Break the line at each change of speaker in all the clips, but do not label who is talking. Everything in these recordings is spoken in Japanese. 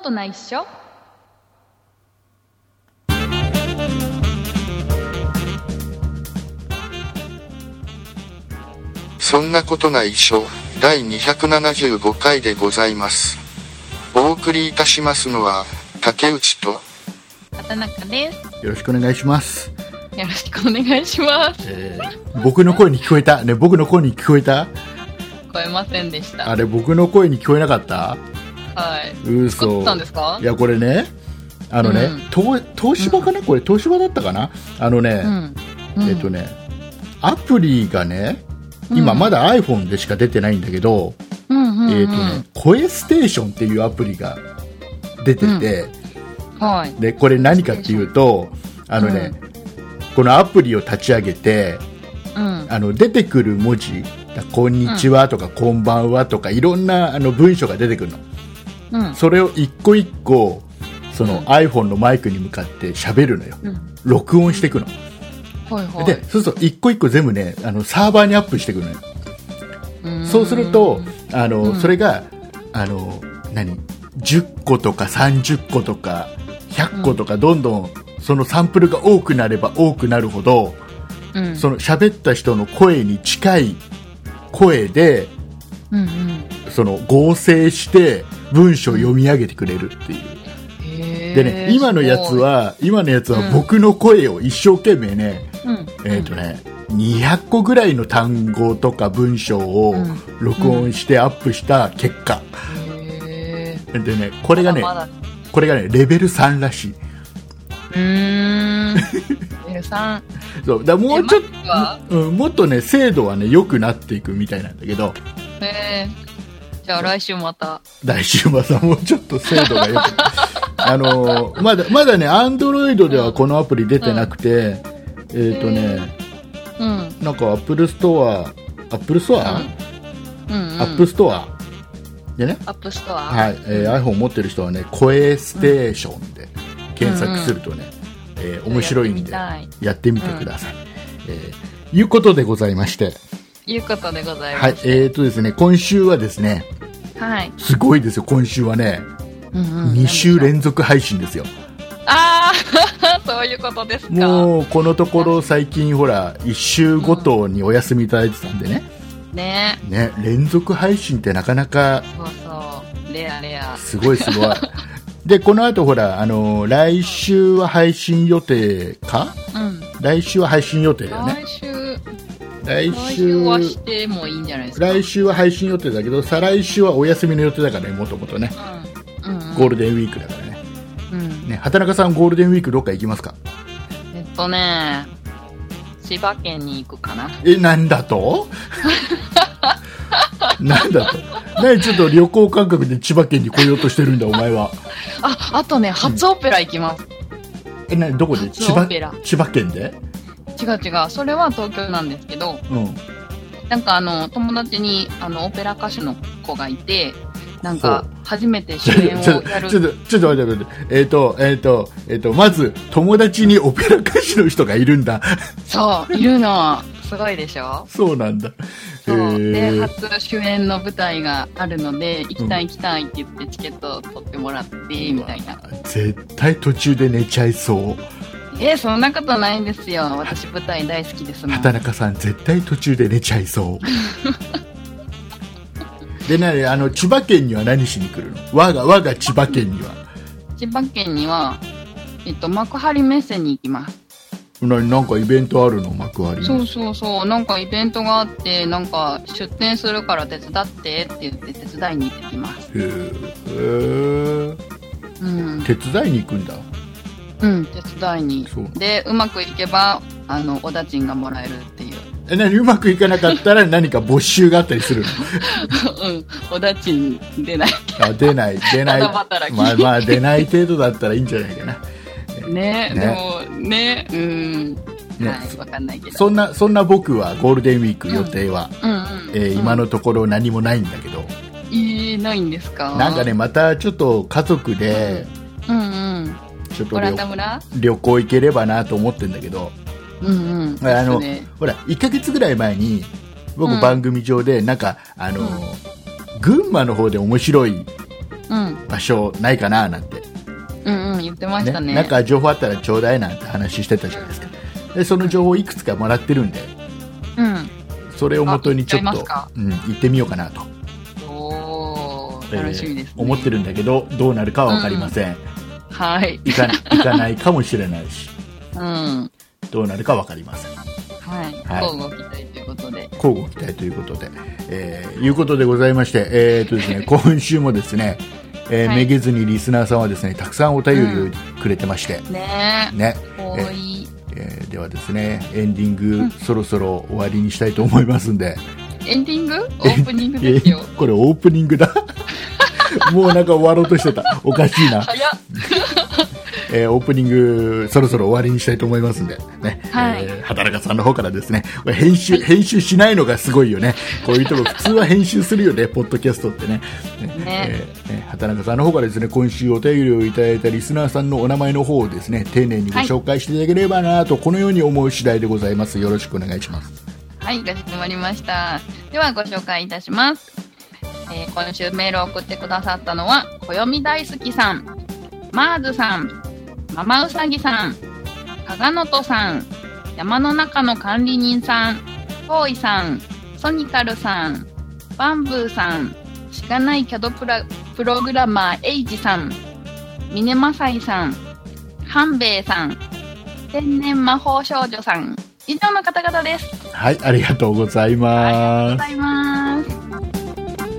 とないっしょ
そんなことない章第275回でございます。お送りいたしますのは、竹内と、
畑中です
よろしくお願いします。
よろしくお願いします
えー僕の声に聞こえたね、僕の声に聞こえた
聞こえませんでした
あれ、僕の声に聞こえなかった
はい作
嘘
ったんですか
いや、これね、あのね、東東芝かなこれ、東芝だったかなあのね
う、ん、うん
えっとね、アプリがね、今
うん
まだ iPhone でしか出てないんだけど、
うんうんうん
えっとね、声ステーションっていうアプリが出てて、
はい
でこれ何かっていうとあのね、このアプリを立ち上げて
うん
あの出てくる文字「こんにちは」とか「こんばんは」とかいろんなあの文章が出てくるの
うん
それを一個一個その、
うん
iPhone のマイクに向かって喋るのよ
うん
録音していくの、
はいはい
でそうすると一個一個全部ねあのサーバーにアップしていくのよ
うん
そうするとあの、
うん
それがあの何10個とか30個とか100個とかどんどんそのサンプルが多くなれば多くなるほど
うん
その喋った人の声に近い声で
うんうん
その合成して文章を読み上げてくれるっていう
へー
でね今のやつは今のやつ
う
は
ん
僕の声を一生懸命ね、
すごいうん
えっ、とね200個ぐらいの単語とか文章を
うん
録音してアップした結果、
へー
でね、これがね、
まだまだ
これがね、レベル3らしい。
うーん L さん
そう、だ からもうちょっ
えマジか
と、うん、もっとね、精度はね、良くなっていくみたいなんだけど、
えー、じゃあ来週また
来週はさ、もうちょっと精度 が良くあのーまだ、まだね、アンドロイドではこのアプリ出てなくて、えっ、とね、
うん
なんかアップルストア、アップルストア、
うんうんうん
アップストアでね、
アップストア
はい、えー iPhone 持ってる人はね、声ステーションで検索するとね、えー面白いんで、
やってみ
やってみてください。えーいうことでございまして、
たいいうことでございま
はい、
す
えーとですね、今週はですね、
はい、
すごいですよ、今週はね、
うんうん
2週連続配信ですよ。
ああ そういうことですか
もう、このところ最近ほら、1週ごとにお休みいただいてたんでね、
ね
ね、連続配信ってなかなか
そうそうレアレア
すごいすごい。 で、この後ほら、あのー来週は配信予定か
うん
来週は配信予定だよね。
来週
来
来週
週、
はしてもいいんじゃないですか
来週は配信予定だけど、再来週はお休みの予定だからね、もともとね。
うんうんうん
ゴールデンウィークだからね。
うん
ね、畑中さん、ゴールデンウィークどっか行きますか
えっとね千葉県に行くかな
え、なん だとなんだと何ちょっと旅行感覚で千葉県に来ようとしてるんだ、お前は。
ああとね初オペラ行きます、
え、などこで
初
千
オ
葉
ペラ、
千葉県で
違う違うそれは東京なんですけど
うん。
なんかあの友達にあのオペラ歌手の子がいてなんか
ほ
初めて主
ちょっ
演を
と
や、る
ちょっと、ちょっと待って待って。えっ、と、えっ、と、えっ、と、まず、友達にオペラ歌手の人がいるんだ。
そう、いるの。 すごいでしょ
そうなんだ。
そう。
へ
で、
ー
初主演の舞台があるので、行きたい行きたいって言ってチケットを取ってもらって、みたいな。
絶対途中で寝ちゃいそう。
えー、そんなことないんですよ。私舞台大好きですもん。
畑中さん絶対途中で寝ちゃいそう でねあの千葉県には何しに来るの我が我が千葉県には
千葉県には、えっと、幕張メッセに行きます。
ななんかイベントあるの幕張に
そうそうそう。なんかイベントがあって、なんか出店するから手伝ってって言って手伝いに行ってきます。
へえ
うん。
手伝いに行くんだ
うん、手伝いに
そう。
で、うまくいけば、あの、おだちんがもらえるっていう。
え何うまくいかなかったら何か没収があったり するの
うん、おだちん出ない。
あ出ない出ない
ただ働き
まあまあ出ない程度だったらいいんじゃないかな
ね
ね
でもね、うん。
ね
はい、わかんないけど。
そんなそんな僕はゴールデンウィーク予定は、
うんうん。
えー今のところ何もないんだけど、
うん。いいないんですか
なんかね、またちょっと家族で
うんうん。
ちょっと
オラ
旅
ンダ村
旅行行ければなと思ってんだけど、
うんうん。
あの、
ですね
ほら、1ヶ月ぐらい前に、
う
僕
ん
番組上で、なんか、あの、
うん
群馬の方で面白い
うん。
場所ないかななんて、
うんうん、言ってましたね。
なんか情報あったらちょうだいなんて話してたじゃないですかでその情報いくつかもらってるんで
うん。
それをもとにちょっ
あ行っ
と
ちゃいますか
うん、行ってみようかなと、
おー、
えー
楽しみです、ね
思って
る。
るんだけどどうなるかは分かりません、
はい。
行か行かないかもしれないし
うん。は
どうなるか分かりません
い。
はい
交互期待ということで。
交互期待ということで、えーいうことでございまして、えー とですね、今週もですね、えー
はい
めげずにリスナーさんはですね、たくさんお便りをくれてまして、
ね
ね、
え。多い。
えーではですね、エンディング、そろそろ終わりにしたいと思いますんで、
エンディングオープニングですよ。
えーこれオープニ ングだ。もうなんか終わろうとしてた。おかしいな。
早っ。
えーオープニング、そろそろ終わりにしたいと思いますんで、ね。
はい
えー畑中さんの方からですね、これ編集、編集しないのがすごいよね。こういうとこ、普通は編集するよね、ポッドキャストってね。
ね
えーね畑中さんの方からですね、今週お便りをいただいたリスナーさんのお名前の方をですね、丁寧にご紹介していただければなと、このように思う次第でございます。よろしくお願いします。
はい、かしこまりました。ではご紹介いたします。えー今週メールを送ってくださったのは、こよみ大好きさん、マーズさん、ママウサギさん、かがのとさん、山の中の管理人さん、トーイさん、ソニカルさん、バンブーさん、しかないキャドプラプログラマーエイジさん、ミネマサイさん、ハンベイさん、天然魔法少女さん、以上の方々です。
はい、ありがとうございます。
ございます。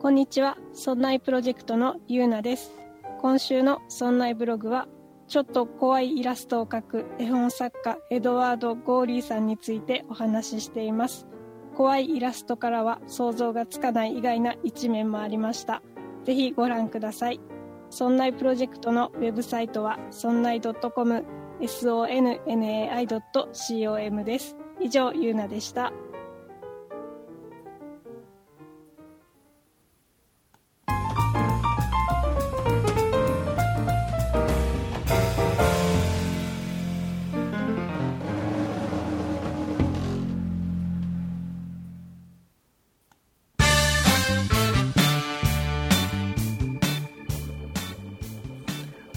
こんにちは、そんないプロジェクトのゆうなです。今週のそんないブログは、ちょっと怖いイラストを描く絵本作家エドワード・ゴーリーさんについてお話ししています。怖いイラストからは想像がつかない意外な一面もありました。ぜひご覧ください。そんないプロジェクトのウェブサイトは、そんない .com、sonnai.com です。以上、ゆうなでした。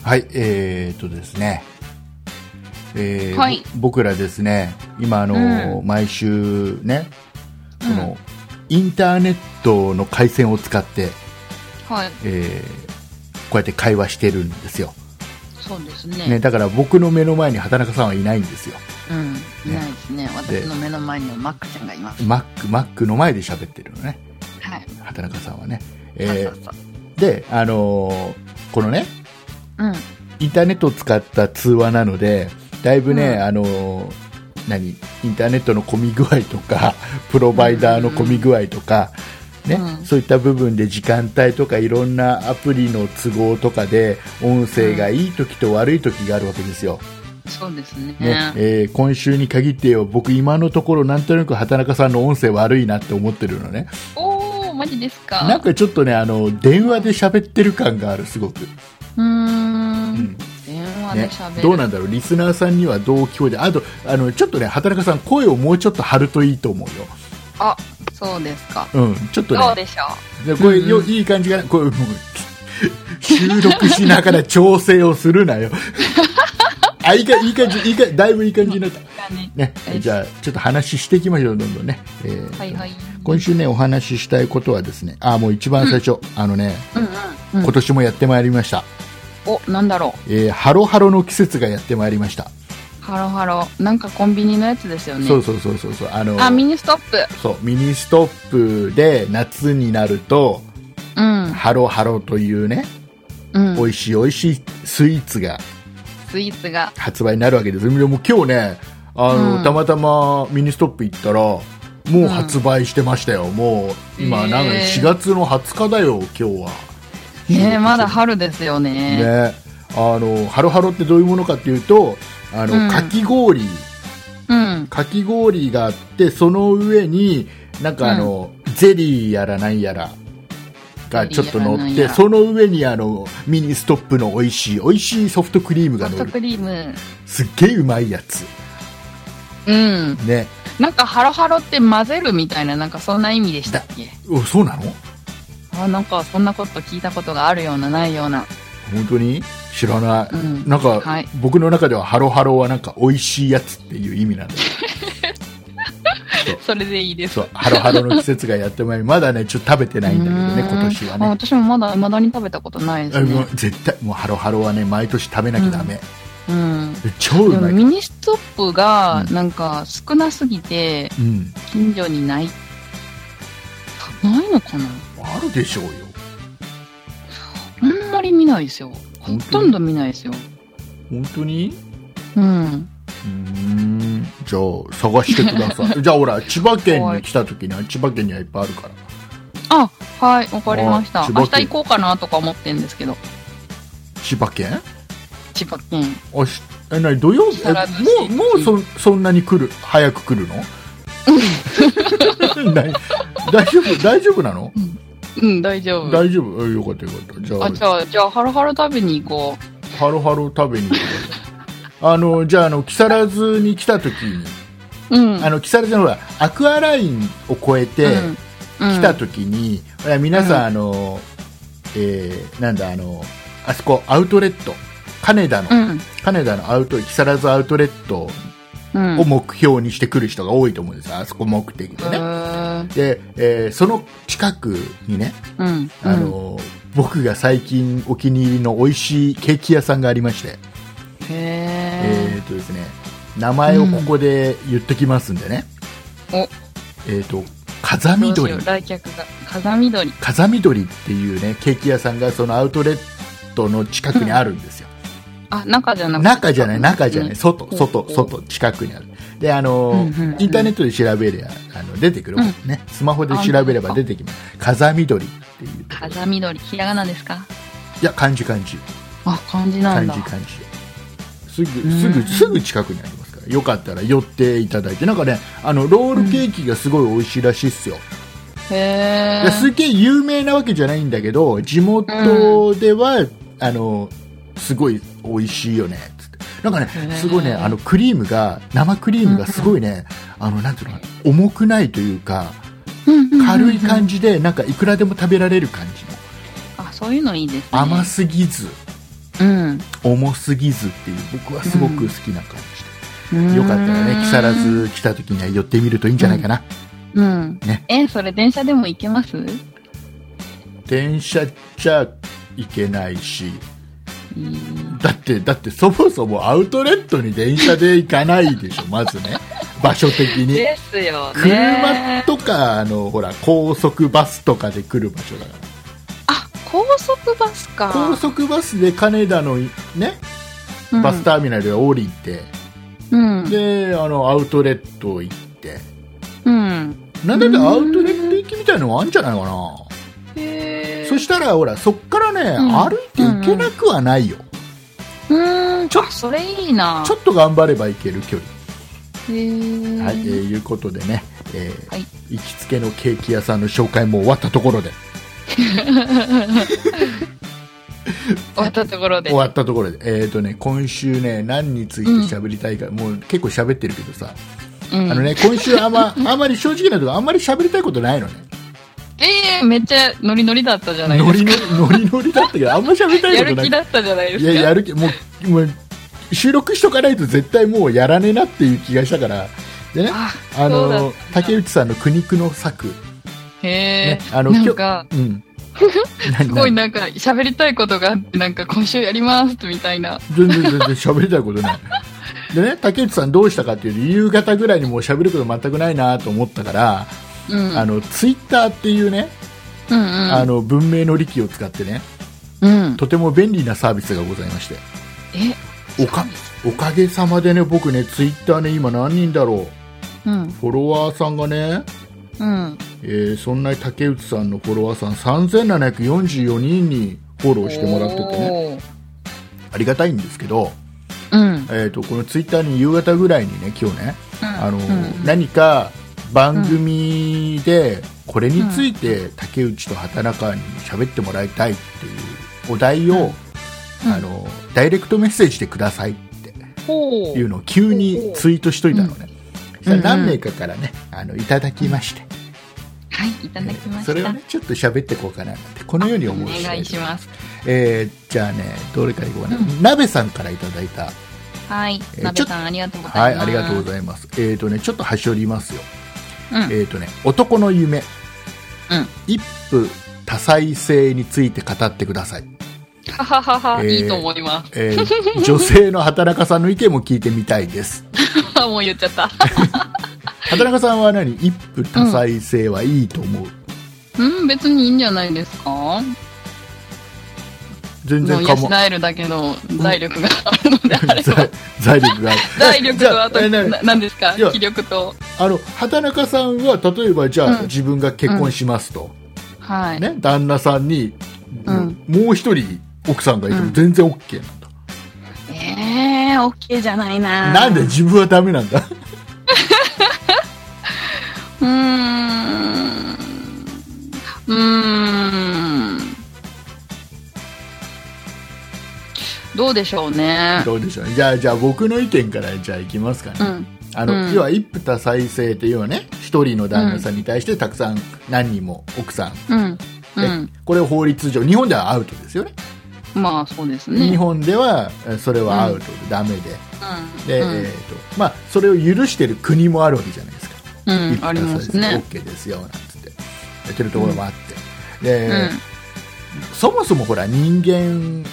はい、えー、っとですね、えー
はい
ぼ僕らですね、今、あのー
う
毎週ね、
う
そ
ん
のインターネットの回線を使って、
はい、
えーこうやって会話してるんですよ、
そうですね。
ね、だから僕の目の前に畑中さんはいないんですよ、
うん、いないですね。私の目の前にはマックちゃんがいます。
マックマックの前で喋ってるのね、
はい。
畑中さんはね。
そ
え
うそうそう。
ーで、あのーこのね、
うん、
インターネットを使った通話なので、だいぶね、
うん
あの、何、インターネットの混み具合とか、 プロバイダーの混み具合とか、ね、
うん
そういった部分で時間帯とかいろんなアプリの都合とかで、音声がいい時と悪い時があるわけですよ。
そうですね。
ね、えー今週に限ってよ、僕今のところなんとなく畑中さんの音声悪いなって思ってるのね。
おー、マジですか。
なんかちょっとね、あの、電話で喋ってる感がある、すごく。
うーん,、
うん
電話で
ね
喋る。
どうなんだろうリスナーさんにはどう聞こえてあとあのちょっとね畑中さん声をもうちょっと張るといいと思う
あ、そうですか。
よ、うん、ちょっと
どう
ね
でしょ
でこれ、
うんうん
よいい感じがこれもう 収録しながら調整をするな よあいいかいい感じいいかだいぶいい感じになった
う。だね
ね
はい
じゃあちょっと話していきましょうどんどんね、えー
はいはい。
今週ねお話ししたいことはですねあもう一番最初、あのね
うんうん。う
今
ん、
年もやってまいりました、
お、なんだろう。
えーハロハロの季節がやってまいりました、
ハロハロ。なんかコンビニのやつですよね。
そうそうそうそうそうあの
あ、ミニストップ。
そう、ミニストップで夏になると、
うん。
ハロハロというね、
うん
美。味しい美味しいスイーツが
スイーツが。
発売になるわけです。でも今日ね、あの、
うん
たまたまミニストップ行ったら、もう発売してましたよ。もう、今、なんか
へー
4月の20日だよ、今日は。
ねえまだ春ですよね。
ね。あの、ハロハロってどういうものかっていうと、あの、
うん
かき氷、
うん。
かき氷があって、その上に、なんかあの、ゼリーやらなんやら、がちょっと
ク
乗っ
リーム
て
の
その上にあのミニストップの美味しい美味しいソフトクリーム
ソ
が
フ
乗
ト
る
クリーム。
すっげえうまいやつ
うん。
ね
なんかハロハロって混ぜるみたいな、なんかそんな意味でしたっけ
おそうなの
あ、なんかそんなこと聞いたことがあるような、ないような。
本当に知らない、
うん
なんか、
はい
僕の中ではハロハロはなんか美味しいやつっていう意味なんだよ
それでいい です。
そうハロハロの季節がやってまいりまだねちょっと食べてないんだけどね
うーん
今年は
あ
ね
私もまだ未だに食べたことないです
あもう
ね。
絶対もうハロハロはね毎年食べなきゃダメ、
うん。
超う
でも
まい
ミニストップが
う
なんか少なすぎて
うん
近所にない、ないのかな
あるでしょうよ
あんまり見ないですよ。ほ
本当
とんど見ないですよ。
本当に
うん。
うーんじゃあ探してくださいじゃあほら千葉県に来た時には千葉県にはいっぱいあるから
あ、はい、わかりました
あ。千葉
明
県
日行こうかなとか思ってんですけど、
千葉県
千葉県。
あしえ何土曜日
木
え
更津市
もうもうそそんなに来る早く来るの大大丈夫大丈夫なの
うん、大丈夫。
大丈夫あよかったよかったじゃあ
あ、じゃあ、じゃあ、ハロハロ食べに行こう。
ハロハロ食べに行くあのじゃああの木更津に来た時に
うん。
あの木更津のほらアクアラインを越えて、
うん、
来た時に、ほら皆
う
さん、
ん
あの、えーなんだ、あの、あそこ、アウトレット、金田の、
うん。
金田のアウト、木更津アウトレット
うん。
を目標にしてくる人が多いと思うんです、あそこ目的でね。
ね。
で、えーその近くにね、
うん。
あの、僕が最近お気に入りの美味しいケーキ屋さんがありまして、
うん、へ
えっ、とですね、名前をここで言ってきますんでね。
うんお
えっ、と、風
ー。どうし
緑
よう。来客が。風緑。
風緑っていうねケーキ屋さんがそのアウトレットの近くにあるんですよ、
あ、中じゃなくて。
中じゃない中じゃない、外
うん
外外近くにあるであのー、
うんうんうん
インターネットで調べりゃあの出てくる、
うん
ねスマホで調べれば出てきます風緑っていうところ
風緑。ひらがなですか
いや漢字漢字
あ、漢字な
漢
ん
字
だ。
漢字すぐ
うん
すぐすぐ近くにありますからよかったら寄っていただいてなんかねあのロールケーキがすごい美味しいらしいっすよ、
へ
いやすげえ有名なわけじゃないんだけど地元では、あのすごい美味しいよねつってなんか
へ
ね
え
すごいねあのクリームが生クリームがすごいね、あのなんていうのかな重くないというか
ー。
軽い感
じ。
じでなんかいくらでも食べられる感じの
あ、そういうのいいですね。
甘すぎず
うん。
重すぎずっていう僕はすごく好きな感じで、よかった
う
ら
ー
ね
ん
木更。津来た時には寄ってみるといいんじゃないかな、
うん。
ね
え、それ電車でも行けます
電車じゃいけないし
いい
だって、だってそもそもアウトレットに電車で行かないでしょ、まずね、場所的に。
ですよ
車
ね。
とか、あの、ほら、高速バスとかで来る場所だから。
あ、高速バスか。
高速バスで金田のね、
うん
バスターミナルで降りて、
うん。
で、あの、アウトレット行って。
うん。
なんだって
うん
アウトレット行きみたいのもあるんじゃないかな。
へー
そしたら、ほら、そっからね、
ん
歩いて行けなくはないよ。
うーん、ちょそれいいな。
ちょっと頑張れば行ける距離。
へー
はい、えーいうことでね、えー
はい
行きつけのケーキ屋さんの紹介も終わったところで、
終わったところで
終。わったところで、えっ、とね、今週ね、何について喋りたいか、もう結構喋ってるけどさ、
うん
あのね、今週あんま、 あんまり正直なところ、あんまり喋りたいことないのね。
えー、めっちゃノリノリだったじゃない
ノ
です
リ
か。
ノリ、ノリノリだったけど、あんまり喋りたい
や
こと
る
な
気
い。
だったじゃないで
い
すか。
や、やる気、もう、もう、収録しとかないと絶対もうやらねえなっていう気がしたから、でね、
あ、
あ
そうだ
の、竹内さんの苦肉の策、
へえ
ね、、あの、
なんか、
今日、うん。
すごいなんか、喋りたいことがあって、なんか今週やります、みたいな。
全然全然喋りたいことない。でね、竹内さんどうしたかっていうと、夕方ぐらいにもう喋ること全くないなと思ったから、
うん。
あの、ツイッターっていうね、
うん
あの、文明の利器を使ってね、
うん。うん。
とても便利なサービスがございまして、
え、
おか、おかげさまでね、僕ね、ツイッターね、今何人だろ
うん
う、。フォロワーさんがね、
うん。
えーそんな竹内さんのフォロワーさん3744人にフォローしてもらっててね、
ね。
ありがたいんですけど、
うん。
えっ、と、このツイッターに夕方ぐらいにね、今日ね、あの、
うん
何か番組でこれについて竹内と畑中に喋ってもらいたいっていうお題を、
うん
あのダイレクトメッセージでくださいって
ほ
いう
う。
のを急にツイートしといたのね、そしたら
うん
何名かからねあのいただきまして、
はい、いただきました。
それをねちょっと喋っていこうかなってこのように思う
お願いします。
えーじゃあねどれからいこうかな、
う
鍋さんからいただいた
はい
え。ー
な
ちょ
べ
っと
さん、ありがとうござ
はい
います。
ありがとうございますえっ、とねちょっと端折りますよ
うん。
えっ、とね男の夢、
うん
一夫多妻制について語ってください
はははは、
えー
いいと思います。
えー女性の畑中さんの意見も聞いてみたいです
もう言っちゃ った。
畑中さんは何一夫多妻制はいいと思う、
うん、別にいいんじゃないですかも
全
う
然かも
養えるだけの財力があるので あれば。
財財力がある
財力
じゃ
とあと、
えーね
な何ですか
いや
気力と。
あの畑中さんは例えばじゃあ、
うん
自分が結婚しますと、
はい。
ね、旦那さんに、
うん
もう一人奥さんがいて
う
も
ん
全然 OK なんだ、
ええー、OK じゃないな。
なんで自分はダメなんだ
うーん。うーん。どうでしょうね。
どうでしょうねじゃあじゃあ僕の意見からじゃあいきますかね、
うん。
あの
うん
要は一夫多妻制っていうのはね一人の旦那さんに対してたくさん何人も奥さん、
うん。う
ね
ん。
これ法律上日本ではアウトですよね
まあ、そうです
日
ね。
本ではえそれはアウトで、ダメで
うん
で、
うん
えーとまあ、それを許してる国もあるわけじゃないですか
うん
一夫多
ありま
妻
す
制
ね。
OK ですよなんつってやってるところもあって、で、
うん。
そもそもほら人間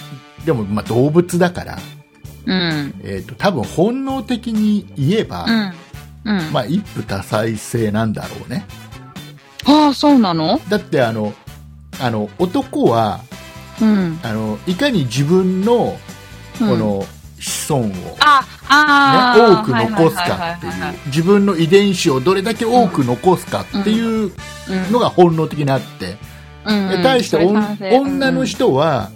でもまあ動物だから、
うん。
えー、と多分本能的に言えば、
うん。うん。
まあ、一夫多妻制なんだろうね
ああ、そうなの
だってあのあの男は
うん。
あのいかに自分の
う
こ
ん
の子孫を、ね
あ、ああ、
多く残すかって
はいはいはいはいはい
いう自分の遺伝子をどれだけ多く残すかっていうのが本能的にあって、
うん
で対しておん女の、人は、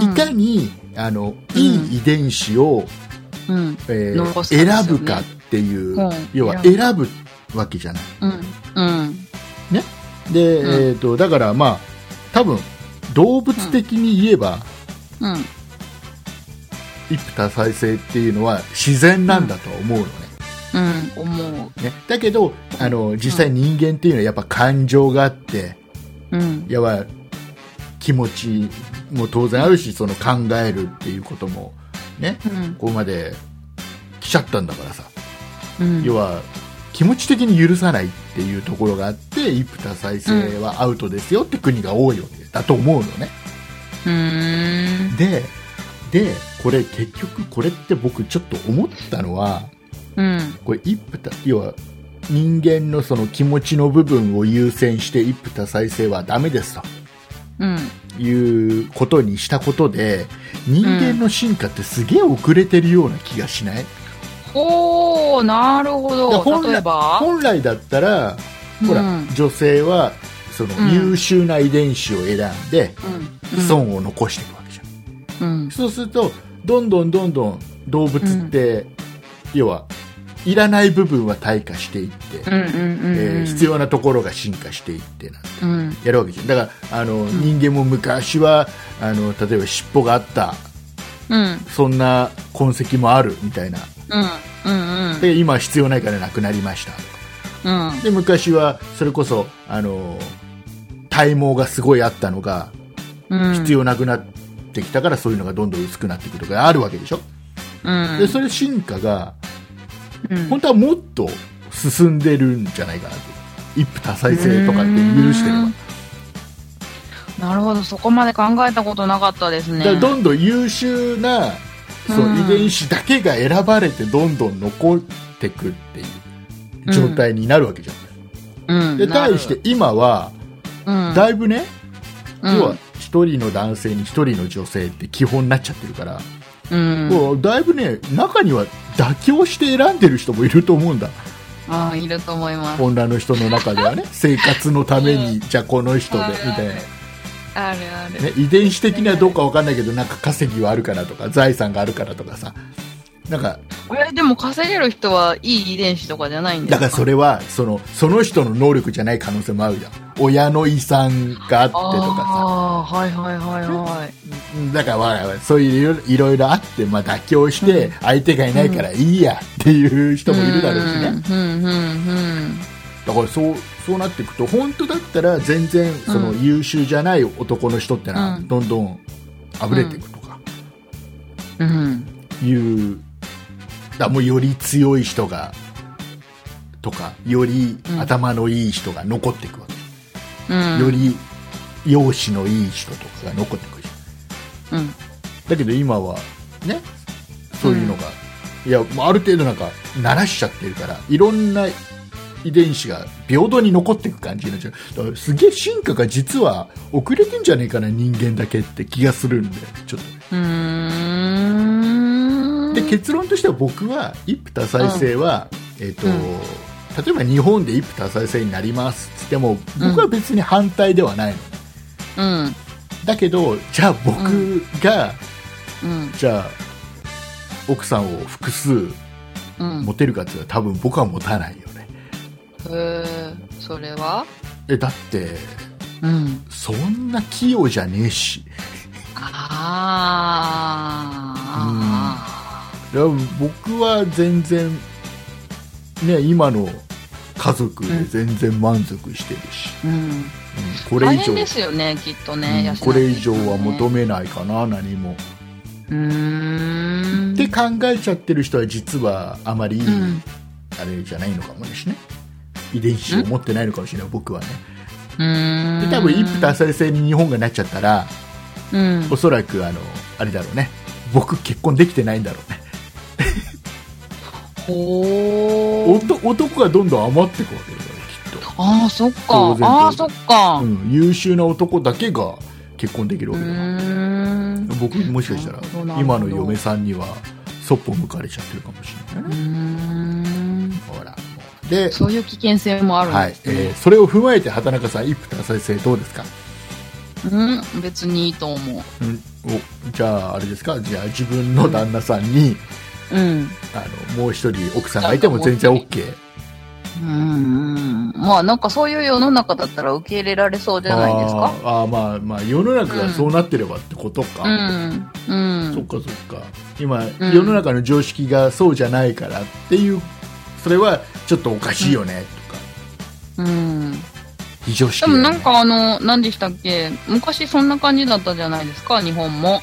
いか
に、
にあのいい遺伝子を、
うん
えー
残すかです
選
よね
ぶかっていう、
うん
要は選ぶわけじゃない
うんうん
で、
うん
えー、とだからまあ多分動物的に言えば、
うん、
一夫多妻制っていうのは自然なんだとは思うのね,、
うん、思う。
ねだけどあの実際人間っていうのはやっぱ感情があって
うん、
やばい気持ちも当然あるしその考えるっていうこともね
うん、
ここまで来ちゃったんだからさ
うん、
要は気持ち的に許さないっていうところがあって一夫多妻制はアウトですよって国が多いわけだと思うのね
うーん、
ででこれ結局これって僕ちょっと思ったのは
うん、
これ一夫多要は人間のその気持ちの部分を優先して一夫多妻制はダメです
うん、
ということにしたことで人間の進化ってすげえ遅れてるような気がしない、
おー、なるほ
いや本
ど。
来
例えば、
本来だったらほら、
うん
女性はその
うん
優秀な遺伝子を選んで
うん、
子孫を残していくわけじゃん、
うん、
そうするとどんどんどんどん動物って、要はいらない部分は退化していって、
うん、うん、うん、
えー必要なところが進化していってなんて
うん、
やるわけじゃんだからあの、人間も昔はあの例えば尻尾があった
うん、
そんな痕跡もあるみたいな
うん、うん、うん、
で今は必要ないからなくなりましたとか
うん、
で昔はそれこそあの体毛がすごいあったのが
うん、
必要なくなってきたから、そういうのがどんどん薄くなっていくとかあるわけでしょ、
うん、
でそれ進化が
うん
本当はもっと進んでるんじゃないかなと一夫多妻制とかって許してれば
うなるほど、そこまで考えたことなかったですね。
だからどんどん優秀なそうの
ん
遺伝子だけが選ばれてどんどん残ってくっていう状態になるわけじゃん、
うん、
で
なる
対して、今は
うん、
だいぶね、
うん
要は一人の男性に一人の女性って基本になっちゃってるから、
うん、
もうだいぶね中には妥協して選んでる人もいると思うんだ
ああ、いると思います。
女の人の中ではね生活のために、
うん
じゃあこの人で
はい
みたいな、ね、
あるある。
遺伝子的にはどうかわかんないけどなんか稼ぎはあるからとか財産があるからとかさなんか
えでも稼げる人はいい遺伝子とかじゃないんで
だ
す
からそれはそのその人の能力じゃない可能性もあるじゃん親の遺産があってとか
ああーはいはいはいはい
さうんだからわかるわかるそういういろいろあって、まあ、妥協して相手がいないからいいやっていう人もいるだろうしね、
うんうんうん
だからそうそうなっていくと本当だったら全然その
う
優秀じゃない男の人ってのは
うん
どんどん溢れていくとか
うんうん
いう、だからもうより強い人がとかより
うん
頭のいい人が残っていくわけ、
うん
より容姿のいい人とかが残ってくるじゃん
うん
だけど今はねそういうのが、いやもうある程度なんか慣らしちゃってるからいろんな遺伝子が平等に残っていく感じになっちゃうだからすげえ進化が実は遅れてんじゃねえかな人間だけって気がするんでちょっ
うーん
とで結論としては僕は一夫多妻制は、えっと、
うん
例えば日本で一夫多妻制になりますっつっても僕は別に反対ではないの、
うん
だけどじゃあ僕が、
うん
じゃあ奥さんを複数
うん
持てるかっていうのは多分僕は持たないよね
へえそれは
えだって
うん
そんな器用じゃねえし
ああ
いや僕は全然ね今の家族で全然満足してるし、
うん
うんこれ
大
以上
変ですよねきっとね、
うんこれ以上は
求
求
め
めないかな何も、
うーん
って考えちゃってる人は実はあまり、
うん
あれじゃないのかもしれない遺伝子を持ってないのかもしれない僕はね
うーん
で多分一夫多妻制に日本がなっちゃったら
うん
おそらくあのあれだろうね僕結婚できてないんだろうね
ほ
お
ー
と男がどんどん余っていくわけだよきっと、
ああそっか
当然
ああそっか
う、
うん
優秀な男だけが結婚できるわ
ー
けだ、
ん
僕もしかしたら
なるほどなるほど
今の嫁さんにはそっぽ向かれちゃってるかもしれないうね、
ーん
ほらもうで
そういう危険性もあるん
は
で
い
す
え
ね、
ーそれを踏まえて畑中さん一夫多妻制どうですか、
うん別にいいと思う
うん、おじゃああれですかじゃあ自分の旦那さんに、
うん
あのもう一人奥さんがいても全然 OK
うんうんまあなんかそういう世の中だったら受け入れられそうじゃないですか
あーあーまあまあ世の中がそうなってればってことか、
うんう
そっ
ん
かそっか今、
うん
世の中の常識がそうじゃないからっていうそれはちょっとおかしいよねとか、
うん
非常識
で
だ
も
よね
なんかあの、何でしたっけ昔そんな感じだったじゃないですか、日本も。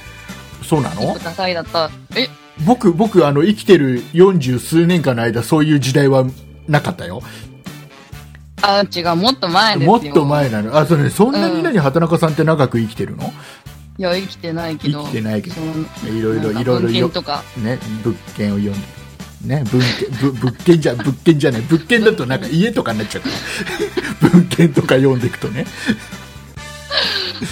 そうな
一
の
夫多妻だった。え、
僕僕あの生きてる40数年間の間そういう時代はなかったよ
あ、違う、もっと前ですよ。
もっと。前なのあそれそんなに何、畑中さんって長く生きてるの
いや、生きてないけど。
生きてないけど
その
いろいろ
なんか
いろいろ
文
よ
献とか。
ね物件を読んでね文件ぶ物件じゃ 物件じゃない物件だとなんか家とかになっちゃ うから文献とか読んでいくとね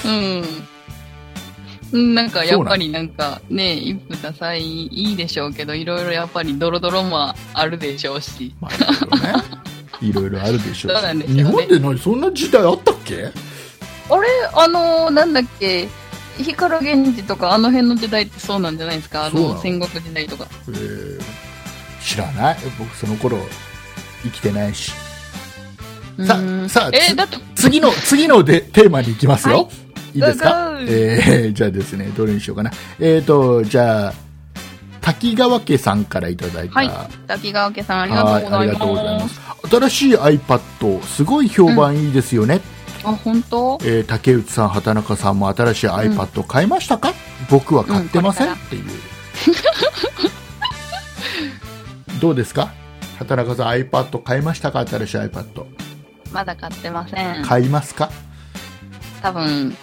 うん。なんかやっぱりなんかね、一夫多妻いいでしょうけど、いろいろやっぱりドロドロもあるでしょうし。
まあ、いろいろね。いろいろあるでしょ
そうなんですよね
日本で何そんな時代あったっけ
あれあのーなんだっけ光源氏とかあの辺の時代ってそうなんじゃないですかあ
そうな
の
の
戦国時代とか。
えー知らない僕その頃生きてないし。さ
うん
さあ
え、
つ
だって、
次の、次のでテーマに行きますよ。
はい
い、いですか
ゴーゴ
えーじゃ あですね、どれにしようかな。えっ、と、じゃあ、滝川家さんからいただいた。
はい、滝川家さんありがとうご
は
ざ
い
い
あり
ます。
がとうございます。新しい iPad、すごい評判いいですよね。
あ、本当
えー竹内さん、畑中さんも新しい iPad 買いましたか、僕は買ってません、
うん
っていうどう ですか畑中さん iPad 買いましたか新しい iPad
まだ買ってません。
買いますか、
多分、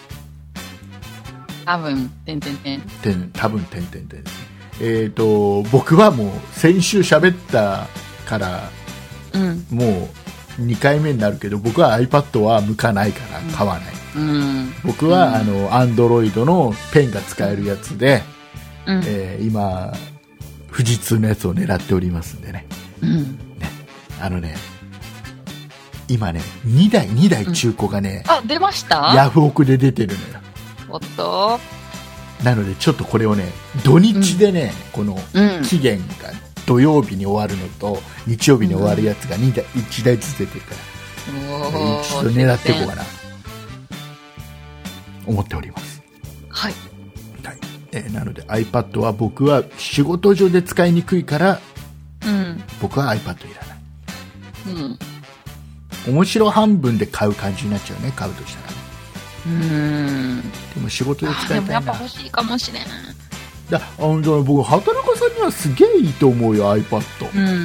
多分、てんてんてん。
てん多分てんてんてんですねえっ、と僕はもう先週喋ったから
うん、
もう2回目になるけど僕は iPad は向かないから買わない、
うん、
僕は、
うん
あの Android のペンが使えるやつで、
うん、
えー今富士通のやつを狙っておりますんでね
うん。
あのね今ね2台2台中古がね、
あ、出ました
ヤフオクで出てるのよ
おっと
なのでちょっとこれをね土日でね、この
うん。
期限が土曜日に終わるのと日曜日に終わるやつが2台1台ずつ出てるから
お
ちょ
ー
っと狙っていこうかな思っております、
はい。
はいえーなので iPad は僕は仕事上で使いにくいから
うん。
僕は iPad いらない
うん。
面白半分で買う感じになっちゃうね買うとしたらね
うん。
でも仕事で
あー
使
で
い
も
た
や
い
っ
な
ぱ欲しいかもしれない。
だあのだから僕畑中さんにはすげえいいと思うよiPad、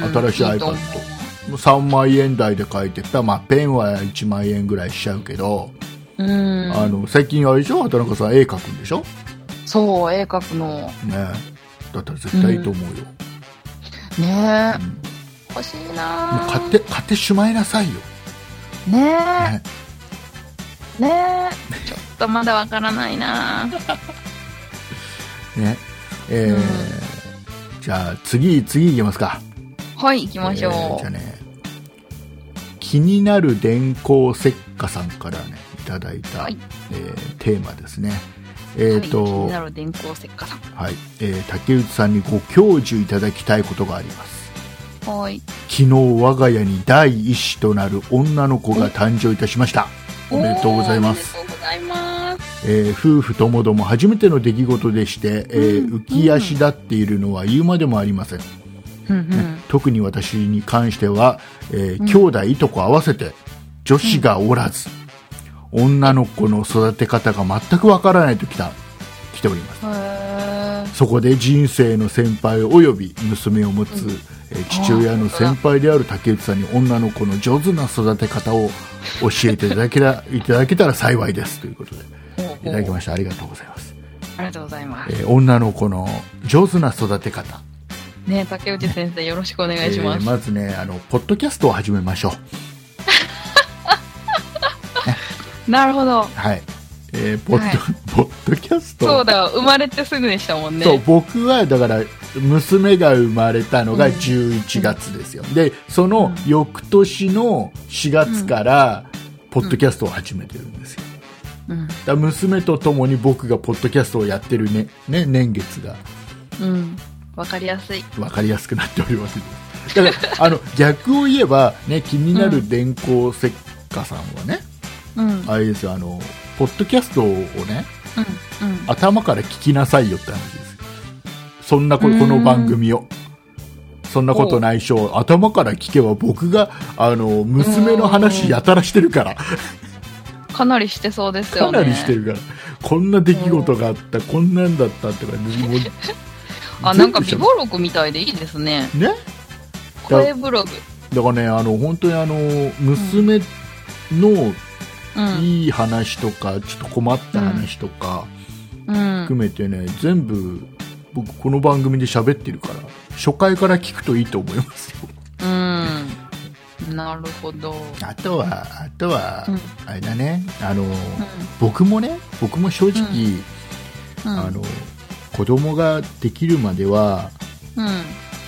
う ん
新しい iPad
いいと思う
もう3万円台で買えてた、まあ、ペンは1万円ぐらいしちゃうけど、
うん。
あの最近あれでしょ畑中さん絵描くんでしょね
そう、絵描くの。
だったら絶対いいと思うよ、
ね
うん
え。欲しい
も
な
う
ー
買って買ってしまいなさいよ、
ねえ。
ね
ねえ。ちょっとまだわからないなー
ねえー
うん
じゃあ次次いきますか
はい、行きましょう。
えーじゃあね気になる電光石火さんからねいただいた、
はい
えーテーマですねえっ、と、
はい気になる電光石火さ
はい、えー竹内さんにご教授いただきたいことがあります
ん。はい。
昨日我が家に第一子となる女の子が誕生いたしましたおめでとうございます
お、ー。おめでとうございます。
えー夫婦ともども初めての出来事でして、えー浮き足立っているのは言うまでもありません、
うんうん。
特に私に関しては、えー兄弟いとこ合わせて女子がおらず、女の子の育て方が全くわからないときた来ております
へ
そこで人生の先輩および娘を持つ、えー父親の先輩である竹内さんに女の子の上手な育て方を教えていただ けたいただけたら幸いですということで
え。
いただきましたありがとうございます、
ありがとうございま
え
す。
ー女の子の上手な育て方
ねえ竹内先生、よろしくお願いしま
えー
す。
まずねあのポッドキャストを始めましょう
なるほど。
はい、えーポッド
はい
ポッドキャスト
そうだ、生まれてすぐでしたもんね。
そう僕はだから娘が生まれたのが11月ですよ、でその翌年の4月からポッドキャストを始めてるんですよ
うん。
だから娘と共に僕がポッドキャストをやってるねね年月が
うん。わかりやすい。
分かりやすくなっておりますだからあの逆を言えば、ね、気になる電光石火さんはね、
うん。うん。うん。
あれですよあのポッドキャストをね頭から聞きなさいよって話ですそんなこ
うーん
この番組をそんなことないしょ頭から聞けば僕があの娘の話やたらしてるから
かなりしてそうですよ
か
ね。
なりしてるからこんな出来事があったこんなんだったってかもう
あ、なんか
全
微
部喋
暴録みたいでいいですね。
るね
声ブログ。
だからねあの本当にあの娘の
うん。
いい話とか、ちょっと困った話とか
うん。
含めてね、全部僕この番組で喋ってるから初回から聞くといいと思いますよ
うん。なるほど。
あとは、あとは
うん、
あれだね、あの、
う
僕もね、僕も正直、
ん。うん
あの、子供ができるまでは、
うん。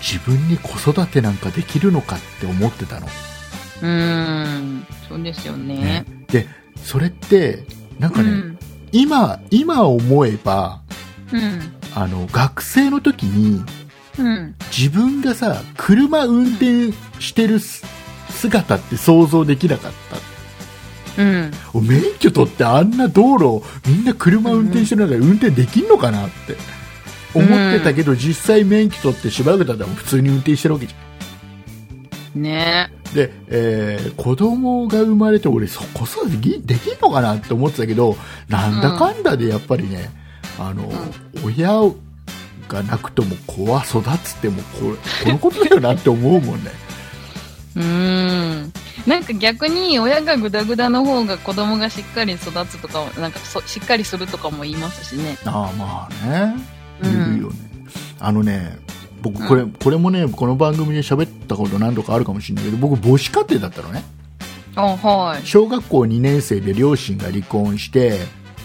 自分に子育てなんかできるのかって思ってたの。
うーん、そうですよね。
で、それって、なん
う
かね、
ん。
今、今思えば、
うん。
あの、学生の時に、
うん。
自分がさ、車運転してるす姿って想像できなかった。
うん。
お免許取ってあんな道路をみんな車運転してる中で運転できんのかなって思ってたけど、実際免許取ってしばらく経ったら普通に運転してるわけじゃ
ね
んで、えー子供が生まれて俺そこそこできできんのかなって思ってたけどなんだかんだでやっぱりね、あの、親がなくとも子は育つってもこれこのことだよなって思うもんね
うーん。なんか逆に親がグダグダの方が子供がしっかり育つとかも、なんかそしっかりするとかも言いますしね。
ああまあね
う。
言うんよね、あのね僕これ,、これもねこの番組で喋ったこと何度かあるかもしれないけど僕母子家庭だったのね
あ、はい。
小学校2年生で両親が離婚して、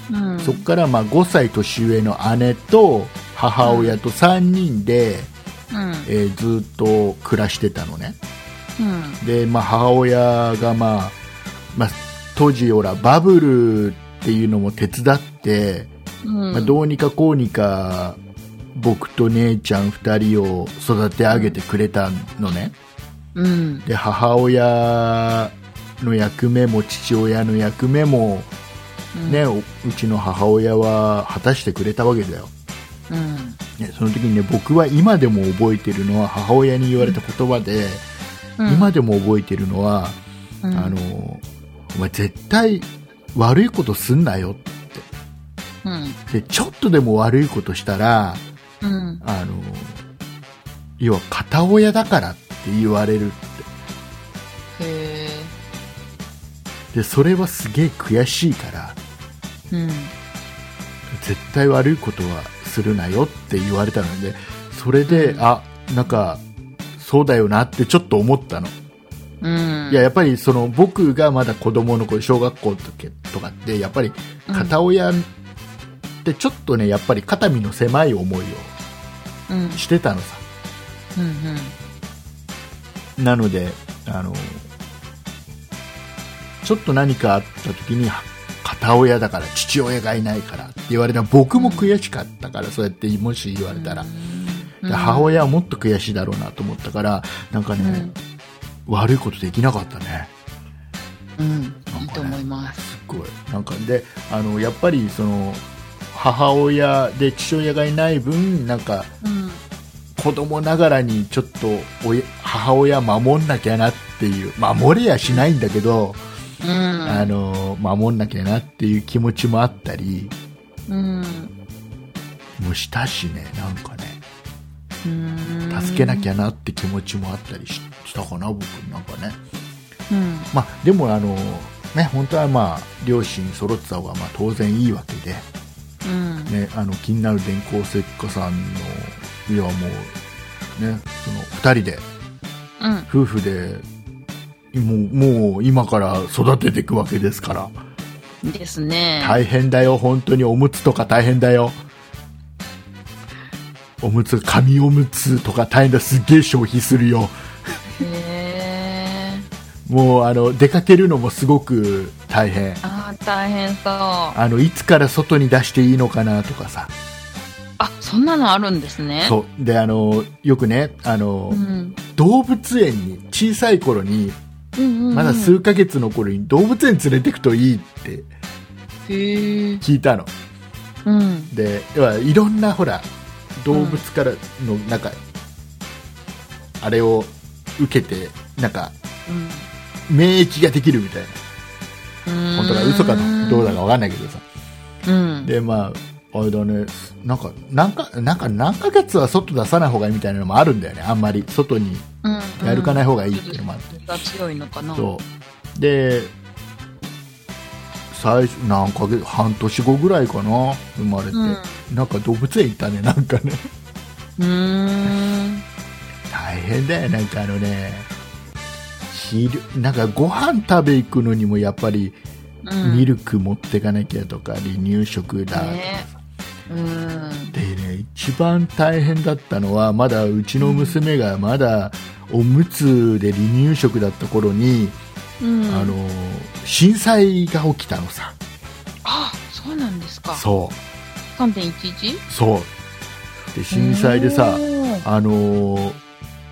うん。
そこからまあ5歳年上の姉と母親と3人で、
うん。
えーずっと暮らしてたのね
うん。
で、まあ、母親が、まあまあ、当時ほらバブルっていうのも手伝って
うん
まあ、どうにかこうにか僕と姉ちゃん2人を育て上げてくれたのね
うん
で母親の役目も父親の役目も、ねううちの母親は果たしてくれたわけだよ、
うん
ね、その時にね僕は今でも覚えてるのは母親に言われた言葉で、
うん
今でも覚えてるのは、
うん
あのお前絶対悪いことすんなよ
うん
でちょっとでも悪いことしたら
うん
あの要は片親だからって言われる
へえ
でそれはすげえ悔しいから
うん
絶対悪いことはするなよって言われたのでそれで、
うん
あなんかそうだよなってちょっと思ったの、
うん
いややっぱりその僕がまだ子供の頃小学校の時とかってやっぱり片親ってちょっとねやっぱり肩身の狭い思い
うん
をしてたのさ
うんうん
なのであのちょっと何かあった時に片親だから父親がいないからって言われたら僕も悔しかったからそうやってもし言われたら、
うん
で母親はもっと悔しいだろうなと思ったからなんかね、悪いことできなかったね
うんいいと思います
すごいなんかであのやっぱりその母親で父親がいない分なんか
うん
子供ながらにちょっと親母親守んなきゃなっていう守れやしないんだけど、
うん
あの守んなきゃなっていう気持ちもあったり
うん
もしたしねなんかね
うん
助けなきゃなって気持ちもあったりししたかな僕なんかね
うん
まあでもあのね本当はまあ両親揃ってた方がまあ当然いいわけで、
うん
ね、あの気になる電光石火さんの要はもうねその2人で
うん
夫婦でもうもう今から育てていくわけですから
ですね。い。
大変だよ本当におむつとか大変だよおむつ紙おむつとか大変だすっげえ消費するよ
へー
もうあの出かけるのもすごく大変
あー大変そう。あ、
あのいつから外に出していいのかなとかさ
そんなのあるんですね。う。
そうであのよくねあの、
ん。
動物園に小さい頃に
うんうんうん
まだ数ヶ月の頃に動物園連れてくといいって
へえ。
聞いたの
うん。
で要はいろんなほら動物からのなんか、あれを受けてなんか免疫ができるみたいな
うん。
本当か嘘かどうだか。わかんないけどさ
うん。
でまああれだねなんかなんかなんか何ヶ月は外出さない方がいいみたいなのもあるんだよねあんまり外に
うん、。
やるかないい方がいいっていうのもあって、
が強いのかな。
そうで最初何ヶ月半年後ぐらいかな生まれて、
う
なんか動物園行ったねなんかね
う。うーん。
大変だよなんかあのね昼なんかご飯食べ行くのにもやっぱり
うん。
ミルク持ってかなきゃとか、離乳食だとか
ねうん。
でね一番大変だったのはまだうちの娘がまだおむつで離乳食だった頃に、
うん。
あの震災が起きたのさ
あ、そうなんですか。
そう
三点一一。
そうで震災でさ
う、ん
あのー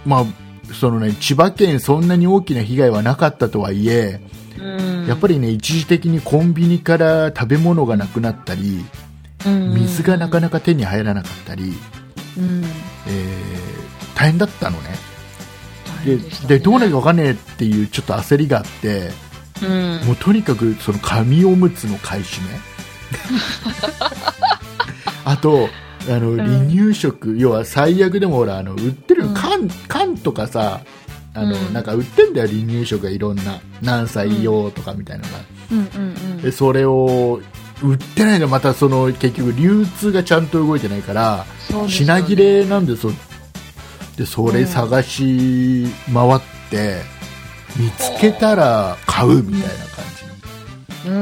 まあそのね、千葉県そんなに大きな被害はなかったとはいえ、やっぱりね一時的にコンビニから食べ物がなくなったり
り
水がなか
な
なか手に入らなかったり、
うん。
えー大変だったのね
大
で
変したね
でどうなるか分かんねえっていうちょっと焦りがあって
うん。
もうとにかくその紙おむつの買い占 めあとあの離乳食、要は最悪でもほらあの売ってる
うん
缶,、缶とかさあの、
うん
なんか売ってんだよ離乳食がいろんな何歳用とかみたいなのが、
うんうんうん
でそれを売ってないのまたその結局流通がちゃんと動いてないから、
そうですよね
品切れなんでそでそれ探し回って、見つけたら買うみたいな感じの、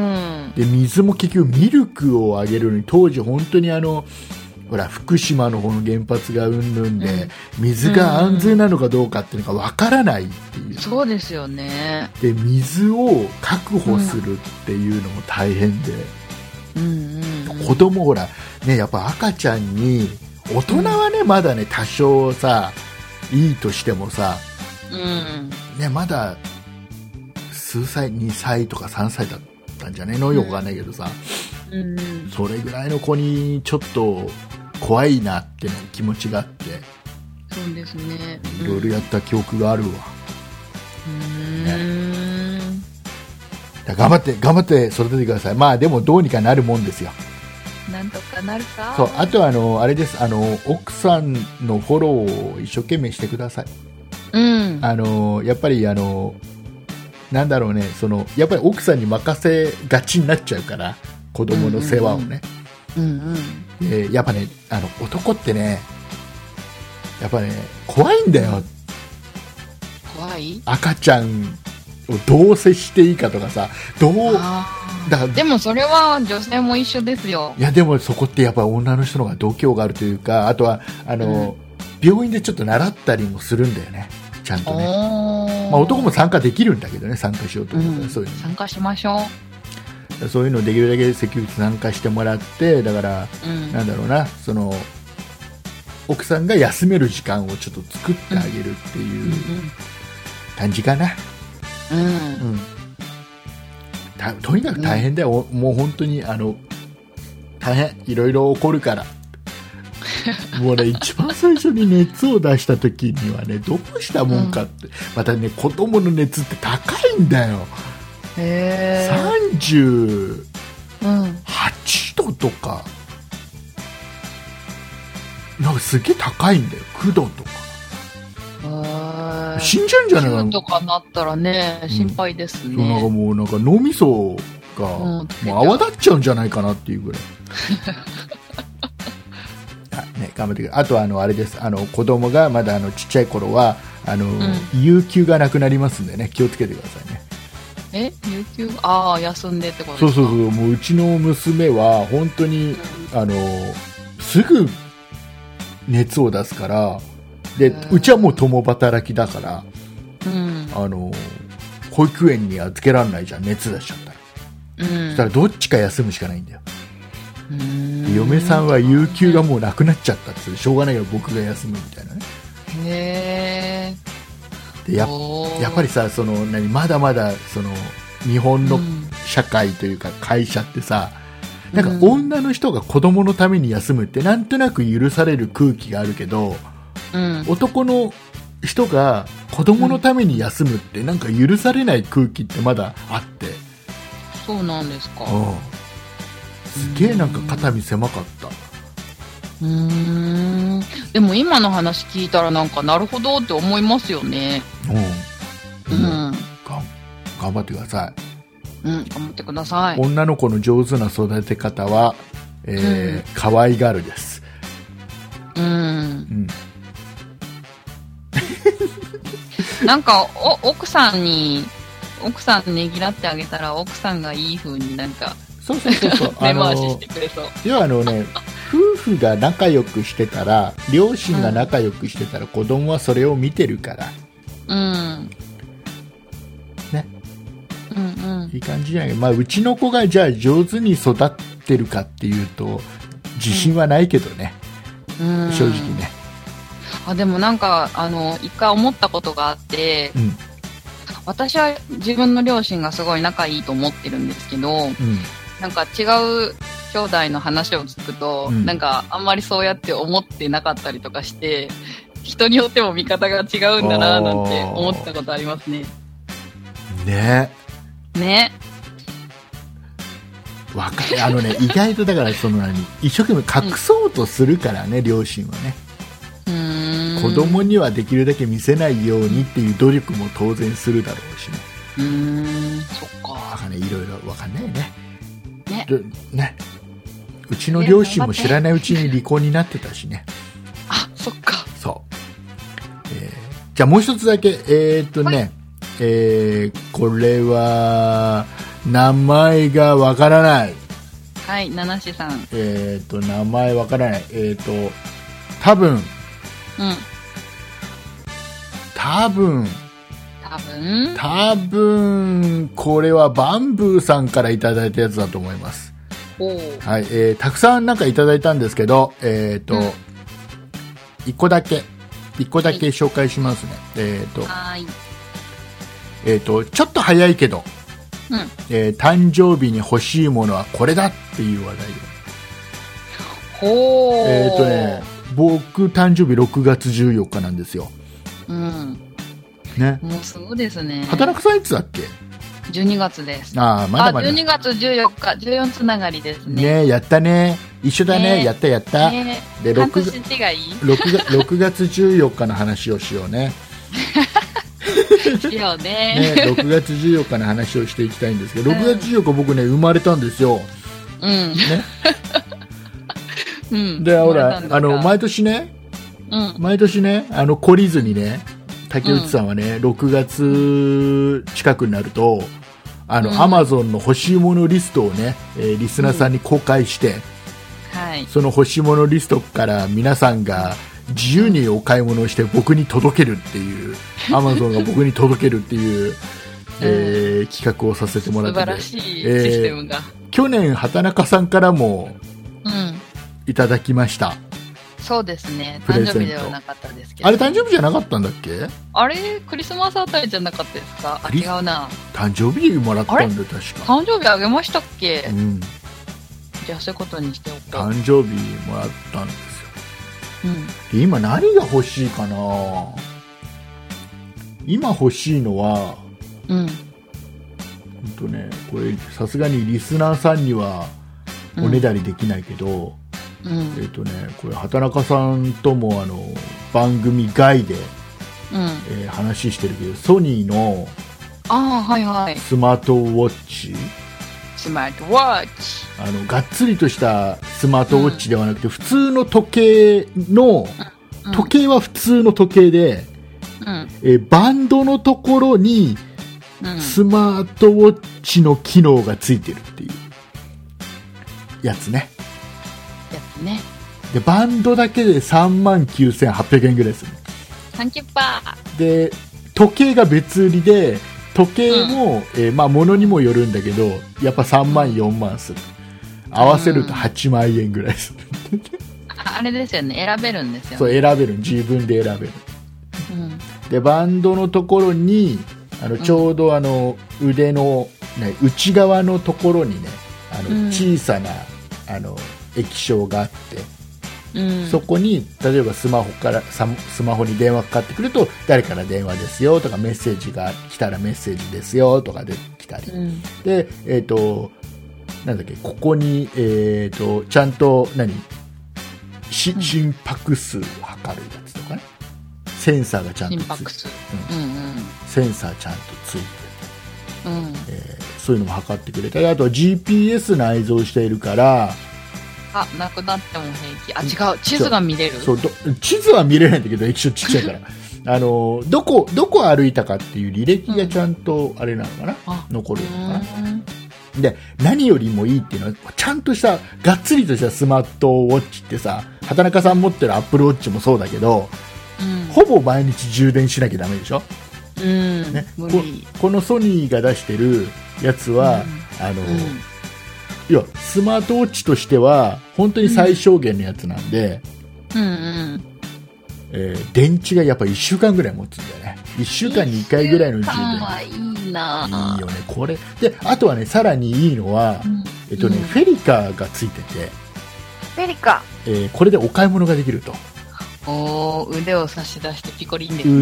うん
で水も結局ミルクをあげるのに当時本当にあのほら福島の方の原発がうんぬんで、
うん
水が安全なのかどうかっていうのがわからないっていう、
そうですよね
で水を確保するっていうのも大変で、
うんうんうん
子供ほら、ね、やっぱ赤ちゃんに、大人はね、まだね、多少さ、いいとしてもさ、
うん。
ね、まだ、数歳、2歳とか3歳だったんじゃねえのよくわかんないけどさ、
うん。
それぐらいの子に、ちょっと、怖いなっていう気持ちがあって、
そうですね。
いろいろやった記憶があるわ。
うん。
だから頑張って、頑張って育ててください。まあ、でも、どうにかなるもんですよ。
なんとかなるか
そう、あとはあの、あれです、あの、奥さんのフォローを一生懸命してください。
うん。
あの、やっぱりあの、なんだろうね、その、やっぱり奥さんに任せがちになっちゃうから、子供の世話をね。
うんうん。
でやっぱね、あの、男ってね、やっぱね、怖いんだよ。
怖い
赤ちゃんをどう接していいかとかさ、どう、
あ
だから
ーでもそれは女性も一緒ですよ
い。やでもそこってやっぱり女の人の方が度胸があるというかあとはあの、病院でちょっと習ったりもするんだよねちゃんと
お
ね、
ー
まあ、男も参加できるんだけどね参加しようと
う
思ったら、
ん、
そういうの
参加しましょ
そういうのできるだけ積極的に参加してもらってだから
う。うん。
なんだろうなその奥さんが休める時間をちょっと作ってあげるっていう感じかな、
うんうん。
うん、たとにかく大変だよ、おもう本当にあの大変いろいろ起こる からもうね一番最初に熱を出した時にはねどうしたもんかって、またね子供の熱って高いんだよ、
へえ。
38
うん。
度とかなんかすげえ高いんだよ9度とか
へー
死んじゃうんじゃない
シ
か
ュー
な
とかなったらね、
ん
心配です
そうなんか
ね。
もうなんか脳みそが
ん
もう泡立っちゃうんじゃないかなっていうぐらい。 はいね、頑張ってくれあとはあのあれですあの子供がまだあのちっちゃい頃はあの、
ん
有給がなくなりますんでね気をつけてくださいね
え有給ああ、休んでってこと
そう
です
そう
か
そうもううちの娘は本当にあのすぐ熱を出すからで
うん
うちはもう共働きだから
そう。うん。
あの保育園に預けられないじゃん熱出しちゃったら
うん。
そしたらどっちか休むしかないんだよ
うん
嫁さんは有給がもうなくなっちゃったっつってしょうがないから僕が休むみたいなね
へ
で
え。
や
おー
やっぱりさその何まだまだその日本
う
の
ん
社会というか会社ってさ、なんか
うん
女の人が子供のために休むってなんとなく許される空気があるけど
うん。
男の人が子供のために休むってなんか許されない空気ってまだあって、
そうなんですか。
うん、すげえなんか肩身狭かった。
うーんでも今の話聞いたらなんかなるほどって思いますよね。
う、
うんん。
が
うん。
ん頑張ってください
頑張ってください。
女の子の上手な育て方は、えー可愛がるです、
うん
う。ん、
なんか、お、奥さんに、奥さんねぎらってあげたら奥さんがいい風になんか
そうそうそうそうあ
根
の
回ししてくれそう。
要はあ のね夫婦が仲良くしてたら両親が仲良くしてたら子供はそれを見てるから
うん。
ね。
うんうん。
いい感じじゃないまあ、うちの子がじゃあ上手に育ってるかっていうと自信はないけどね、
うん、
正直ね、
あでもなんかあの一回思ったことがあって
うん
私は自分の両親がすごい仲いいと思ってるんですけど、
うん、
なんか違う兄弟の話を聞くと、
うん
なんかあんまりそうやって思ってなかったりとかして、人によっても見方が違うんだななんて思ったことありますね。
ね
ね。
わかるあ のね意外とだからその何一生懸命隠そうとするからね、両親はね
うーん。
子供にはできるだけ見せないようにっていう努力も当然するだろうしね
うーん、そっ
わ
か。
かんないいろいろわかんないよね
ね
どねうちの両親も知らないうちに離婚になってたしね
あ、そっか。
そう、えーじゃあもう一つだけえーっとね、えーこれは名前がわからない
はい、七志さん。うん。
えーっと名前わからないえーっと多分多分
多分。
多分これはバンブーさんからいただいたやつだと思います
おー
はい、えーたくさんなんかいただいたんですけど、えっ、と、
うん
一個だけ、一個だけ紹介しますね。えっ、と、
はーい。
えっ、と、ちょっと早いけど、
うん
えー誕生日に欲しいものはこれだっていう話題
ほー。
えっ、とね、僕誕生日6月14日なんですよ。
うん。
ね。
もうそうですね。
働くさんいつだっけ
12月です。
ああ、まだま
あ、
だ。
12月14日、14つながりですね。
ねやったね。一緒だね。
ね
やったやった。
ね
で、
半
6
年
月、
違い
6月6月14日の話をしようね。
ですよ
ね
ね。、
6月14日の話をしていきたいんですけど、6月14日僕ね、生まれたんですよ。
うん。うん。
で、ほ
そうなん
ら
で、すか
あの、毎年ね、
うん。
毎年ね、あの、懲りずにね、竹内さんはね、6月近くになると、あの、
うん
アマゾンの欲しいものリストをね、えーリスナーさんに公開して、
はい。
その欲しいものリストから皆さんが自由にお買い物をして僕に届けるっていう、アマゾンが僕に届けるっていう、 えー企画をさせてもら
素
って
晴
て
らしいシステムが。
去年畑中さんからも
うん。
いただきました
そうですね。
プレ
誕
ゼント
生日ではなかったですけど。
あれ誕生日じゃなかったんだっけ
あれクリスマスあたりじゃなかったですかあ、
クリ
違
ス
うな。
誕生日もらったんだよ確か、
誕生日あげましたっけ
うん、
じゃあそういうことにしておこ
誕生日もらったんです
う。うん。
よで今何が欲しいかな今欲しいのは
うん。
本当ねこれさすがにリスナーさんにはおねだりできないけど、
うん。うん
えっ、。とねこれ畑中さんともあの番組外で、
うん
えー話してるけどソニーの
ああ、はいはい。
スマートウォッチ、
スマートウォッチ。
あのがっつりとしたスマートウォッチではなくて、普通の時計の
うん
時計は普通の時計で、
うん。
えーバンドのところに
うん。
スマートウォッチの機能がついてるっていうやつね
やつね。
でバンドだけで3万9800円ぐらいでする
サンキュッパー。
で時計が別売りで時計も、えーまあ物にもよるんだけどやっぱ3万4万する合わせると8万円ぐらいする、
ああれですよね。選べるんですよ、ね。
そう選べる自分で選べる
うん。
でバンドのところにあのちょうどあの腕の、ね、内側のところにねあの
うん
小さな、あの液晶があって、
うん。
そこに例えばスマホからさスマホに電話かかってくると誰から電話ですよとかメッセージが来たらメッセージですよとかで来たり、
うん。
でえっ、となんだっけここに、えー、とちゃんと何し
うん
心拍数を測るやつとかねセンサーがちゃんと
心
ついて
拍数。うん
センサーちゃんとついて
うん。うん。
そういうのも測ってくれたりあとは GPS 内蔵しているから
あ、なくなっても平気。あ、違う。地図が見れる。
そうど地図は見れないんだけど液晶ちっちゃいから あのどこどこ歩いたかっていう履歴がちゃんとあれなのかな、
あ
残るのかな、
うん
で何よりもいいっていうのはちゃんとしたがっつりとしたスマートウォッチってさ畑中さん持ってるアップルウォッチもそうだけどほぼ毎日充電しなきゃダメでしょ
うん。うん。
ね、こ
無理。
このソニーが出してるやつは、あ
う
の、
ん。
いやスマートウォッチとしては本当に最小限のやつなんで、
うん
えー電池がやっぱ1週間ぐらい持つんだよね1週
うん。
間に1回ぐらいの充
一週間はいい
電い
ない
よねこれであとはねさらにいいのは、
うん
えっとね
うん
フェリカがついてて、
ペリカ。
えーこれでお買い物ができると
おお腕を差し出してピコリンです、ね。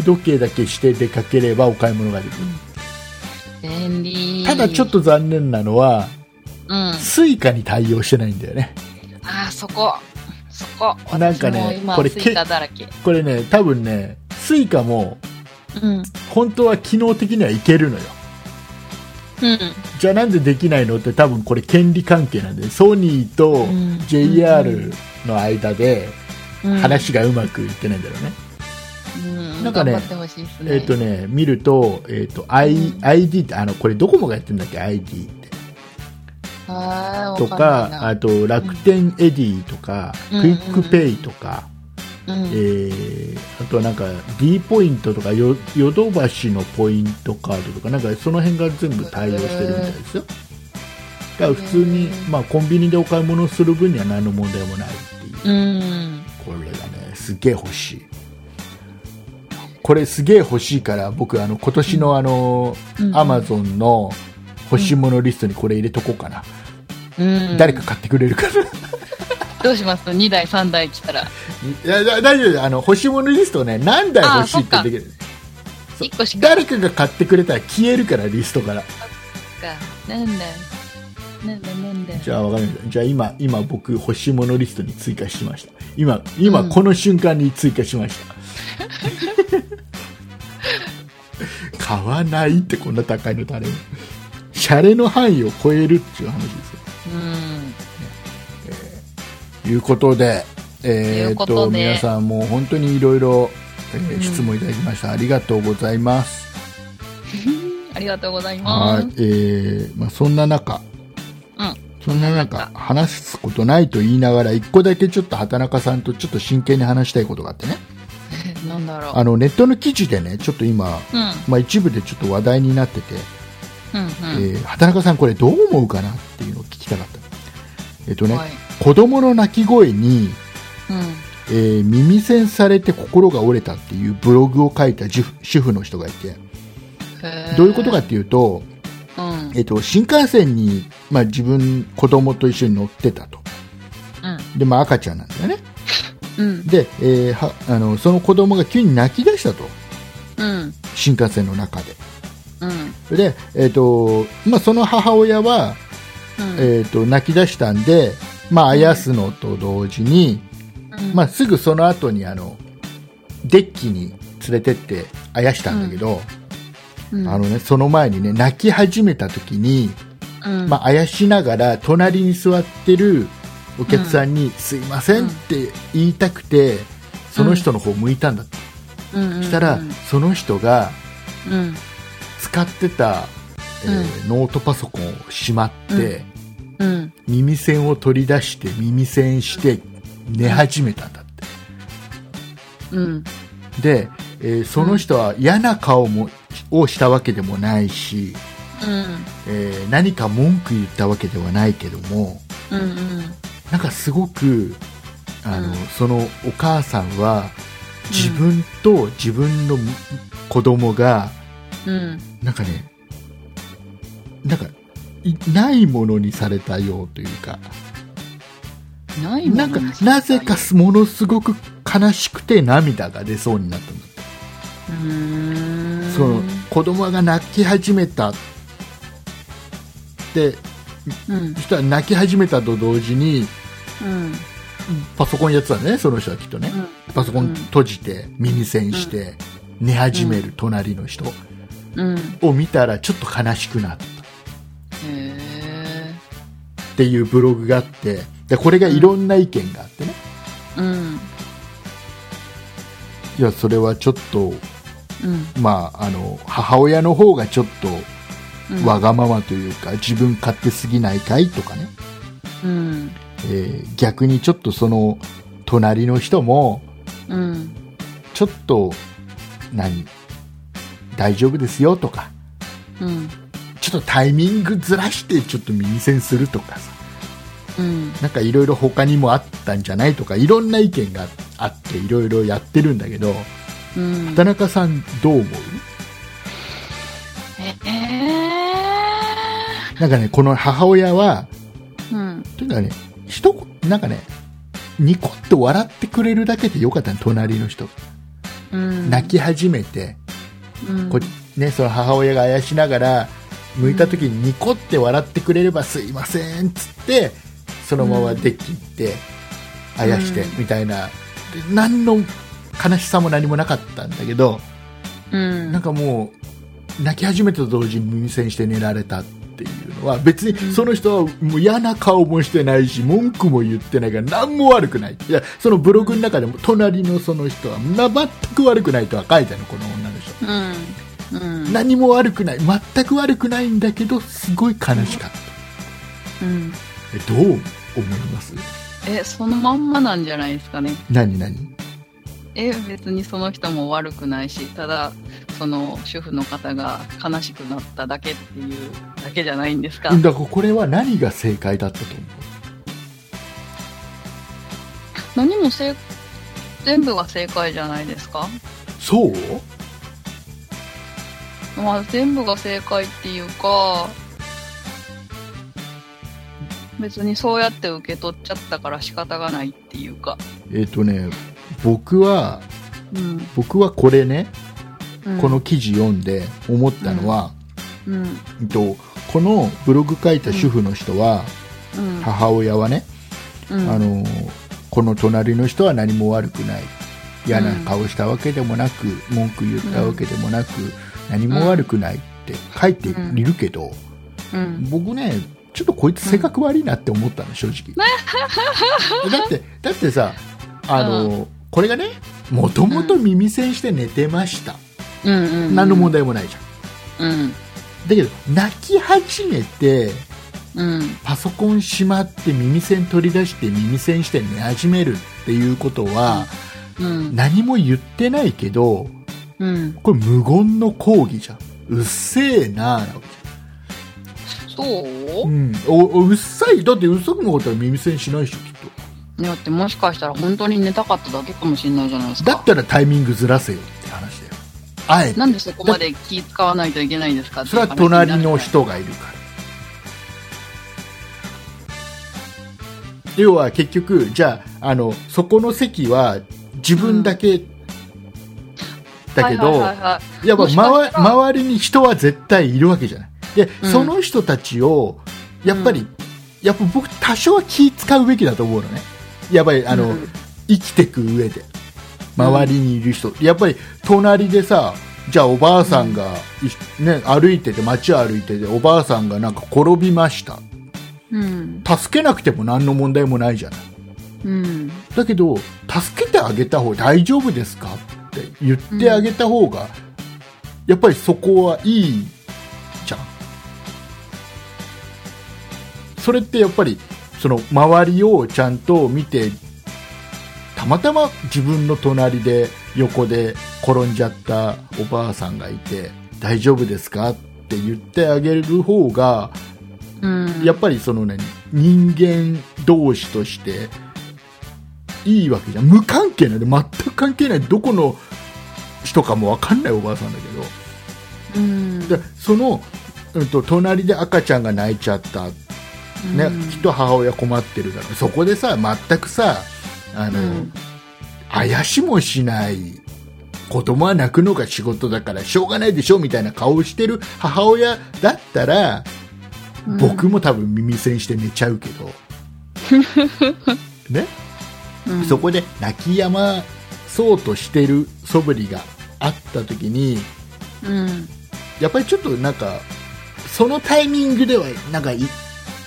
腕時計だけして出かければお買い物ができる
便利。
ただちょっ。と残念なのは
うん。あ
スイカに対応してないんだよね
ーそこ。そこ。
なんかね
私も今
これ
スイカだらけ。
これね多分ねスイカも
うん。
本当は機能的にはいけるのよ
うん。
じゃあなんでできないのって多分これ権利関係なんでソニーと
うん
JR の間で
うん。
話がうまくいってないんだろうね、
うん。
なんかね
頑張ってほしいですね。
えっ、とね見ると,、えっと I
うん
ID ってあのこれドコモがやってるんだっけ ID って
はー
と
いわかん
か
ない
あと楽天エディとか、
うん
クイックペイとか、
なうん
えーあとはなんか D ポイントとかよヨドバシのポイントカードとかなんかその辺が全部対応してるみたいですよだから普通に、まあ、コンビニでお買い物する分には何の問題もないってい
う
う
ん。
これがねすげえ欲しいこれすげえ欲しいから僕あの今年のあの、
うん
アマゾンの欲しいものリストにこれ入れとこうかな、
うん、
誰か買ってくれるかな
どうします ?2 台、3台来たら。
いやいや大丈夫ですあの欲しいものリストね何台欲しいって
あそっか
できるそ
1個しか
誰かが買ってくれたら消えるからリストから
か。なんだよ。なんだなんだよ。
じゃあわかりましたじゃあ今今僕欲しいものリストに追加しました今今、
うん
この瞬間に追加しました 買わないってこんな高いの誰もシャレの範囲を超えるっていう話ですよ
うん。
ということでえ
とい
ーっ
うこととで
皆さんもう本当にいろいろえー
うん
質問いただきました、ありがとうございます
ありがとうございま
はい
す。、
えーまあ、そんな中、
うん
そんな中話すことないと言いながら一個だけちょっと畑中さんとちょっと真剣に話したいことがあってね
なんだろう。
あのネットの記事でねちょっと今、
うん。
まあ、一部でちょっと話題になってて、
うん。うん。
えー畑中さんこれどう思うかなっていうのを聞きたかったえっ、とね、
はい
子供の泣き声に、
うん。
えー耳栓されて心が折れたっていうブログを書いた主婦主婦の人がいて
へー
どういうことかっていうと、
うん。
えっと、新幹線に、まあ、自分子供と一緒に乗ってたとで、まあ、赤ちゃんなんだよね
うん。
で、えーはあのその子供が急に泣き出したと
うん。
新幹線の中
うん。
でで、えっとまあ、その母親は、
うん。
えっと泣き出したんで、まあ、あやすのと同時に、
うん
まあ、すぐその後にあのデッキに連れてってあやしたんだけど、
うん
あのね、その前に、ね、泣き始めた時に、
うん
まあ、あやしながら隣に座ってるお客さんに「すいません」って言いたくて、その人の方向いたんだって、
うん
したら、
うん
その人が
うん
使ってた、えーノートパソコンをしまって、
うん
耳栓を取り出して耳栓して寝始めたんだって
うん
で、えーその人は嫌な顔もをしたわけでもないし、
うん
えー何か文句言ったわけではないけども、
うん
なんかすごくあの、
うん
そのお母さんは自分と自分の子供が
うん
なんかねなんかいないものにされたようというか
ないも
なんかなぜかものすごく悲しくて涙が出そうになったんだって
うーん
その子供が泣き始めたで
うん
そしたら泣き始めたと同時に
うん
パソコンやってたんだねその人はきっとね、パソコン閉じて耳栓して寝始める隣の人
うんうん
を見たらちょっと悲しくなったっ
へえ
ていうブログがあってでこれがいろんな意見があってね
うん
いやそれはちょっと、
うん
まあ、あの母親の方がちょっ
うん
とわがままというか自分勝手すぎないかいとかね、
うん
えー逆にちょっとその隣の人も
うん
ちょっと何大丈夫ですよとか
うん
ちょっとタイミングずらしてちょっと耳栓するとかさ
うん
なんかいろいろ他にもあったんじゃないとかいろんな意見があっていろいろやってるんだけど
うん
田中さんどう思う
ええ
なんかねこの母親は
うん
というかねひとなんかねニコッと笑ってくれるだけでよかったの隣の人
うん
泣き始めて、
うん
こね、その母親があやしながら向いた時にニコって笑ってくれればすいませんっつってそのままデッキ行ってあやして
う
みたいな、で何の悲しさも何もなかったんだけど、
うん
なんかもう泣き始めたと同時に耳栓して寝られたっていうのは別にその人はもう嫌な顔もしてないし文句も言ってないから何も悪くないいやそのブログの中でも隣のその人はな全く悪くないとは書いてあるのこの女の人
うんうん
何も悪くない全く悪くないんだけどすごい悲しかった
うん
えどう思います
えそのまんまなんじゃないですかね
何何
え別にその人も悪くないしただその主婦の方が悲しくなっただけっていうだけじゃないんですか。
だからこれは何が正解だったと思う
何も正全部が正解じゃないですか。
そう
まあ、全部が正解っていうか、別にそうやって受け取っちゃったから仕方がないっていうか。
えっ、とね僕は
うん。
僕はこれね、
うん
この、記事読んで思ったのは、
うん。
うんとこのブログ書いた主婦の人は、
うん。
母親はね、
うん
あ、のこの隣の人は何も悪くない嫌な顔したわけでもなく、文句言ったわけでもなく、何も悪くないって書いているけど、
うん。
僕ねちょっとこいつ性格悪いなって思ったの正直、だってだってさあの、これがねもともと耳栓して寝てました、
うん。うん。
何の問題もないじゃん
うん。
だけど泣き始めて
うん。
パソコンしまって耳栓取り出して耳栓して寝始めるっていうことは、
うん。
何も言ってないけど
うん。
これ無言の抗議じゃんうっせえなあなわけ
そう
うん、おおうっさいだってうっさくなかったら耳栓しないでしょきっ
だってもしかしたら本当に寝たかっただけかもしれないじゃないです
とだ
か
っ。たらタイミングずらせよって話だよあえて
なんでそこまで気使わないといけないんですかって
それは隣の。人がいるから要は結局じゃああのそこの席は自分だけ、だけ
はい
ど、
はいはいはい
やっぱ
もしかした
周
ら
周りに人は絶対いるわけじゃないで、
うん
その人たちをやっぱり、
う
やっぱ僕多少は気使うべきだと思うのねやっぱりあの、
うん
生きてく上で周りにいる人、やっぱり隣でさじゃあおばあさんが、いね、歩いてて街歩いてておばあさんがなんか転びました
うん。
助けなくても何の問題もないじゃない
うん。
だけど助けてあげた方大丈夫ですかって言ってあげた方が、やっぱりそこはいいじゃんそれってやっぱりその周りをちゃんと見てたまたま自分の隣で横で転んじゃったおばあさんがいて大丈夫ですかって言ってあげる方が
うん。
やっぱりそのね人間同士としていいわけじゃん無関係なんで全く関係ないどこの人かもわかんないおばあさんだけ
うん。
どでその、うん、と隣で赤ちゃんが泣いちゃった、ね
うん
きっと母親困ってるだろうそこでさ全くさあの、
うん
怪しもしない子供は泣くのが仕事だからしょうがないでしょみたいな顔をしてる母親だったら
うん
僕も多分耳栓して寝ちゃうけ ど、ね、
うん
そこで泣き止まそうとしてる素振りがあった時に
うん。
やっぱりちょっとなんかそのタイミングではなんかい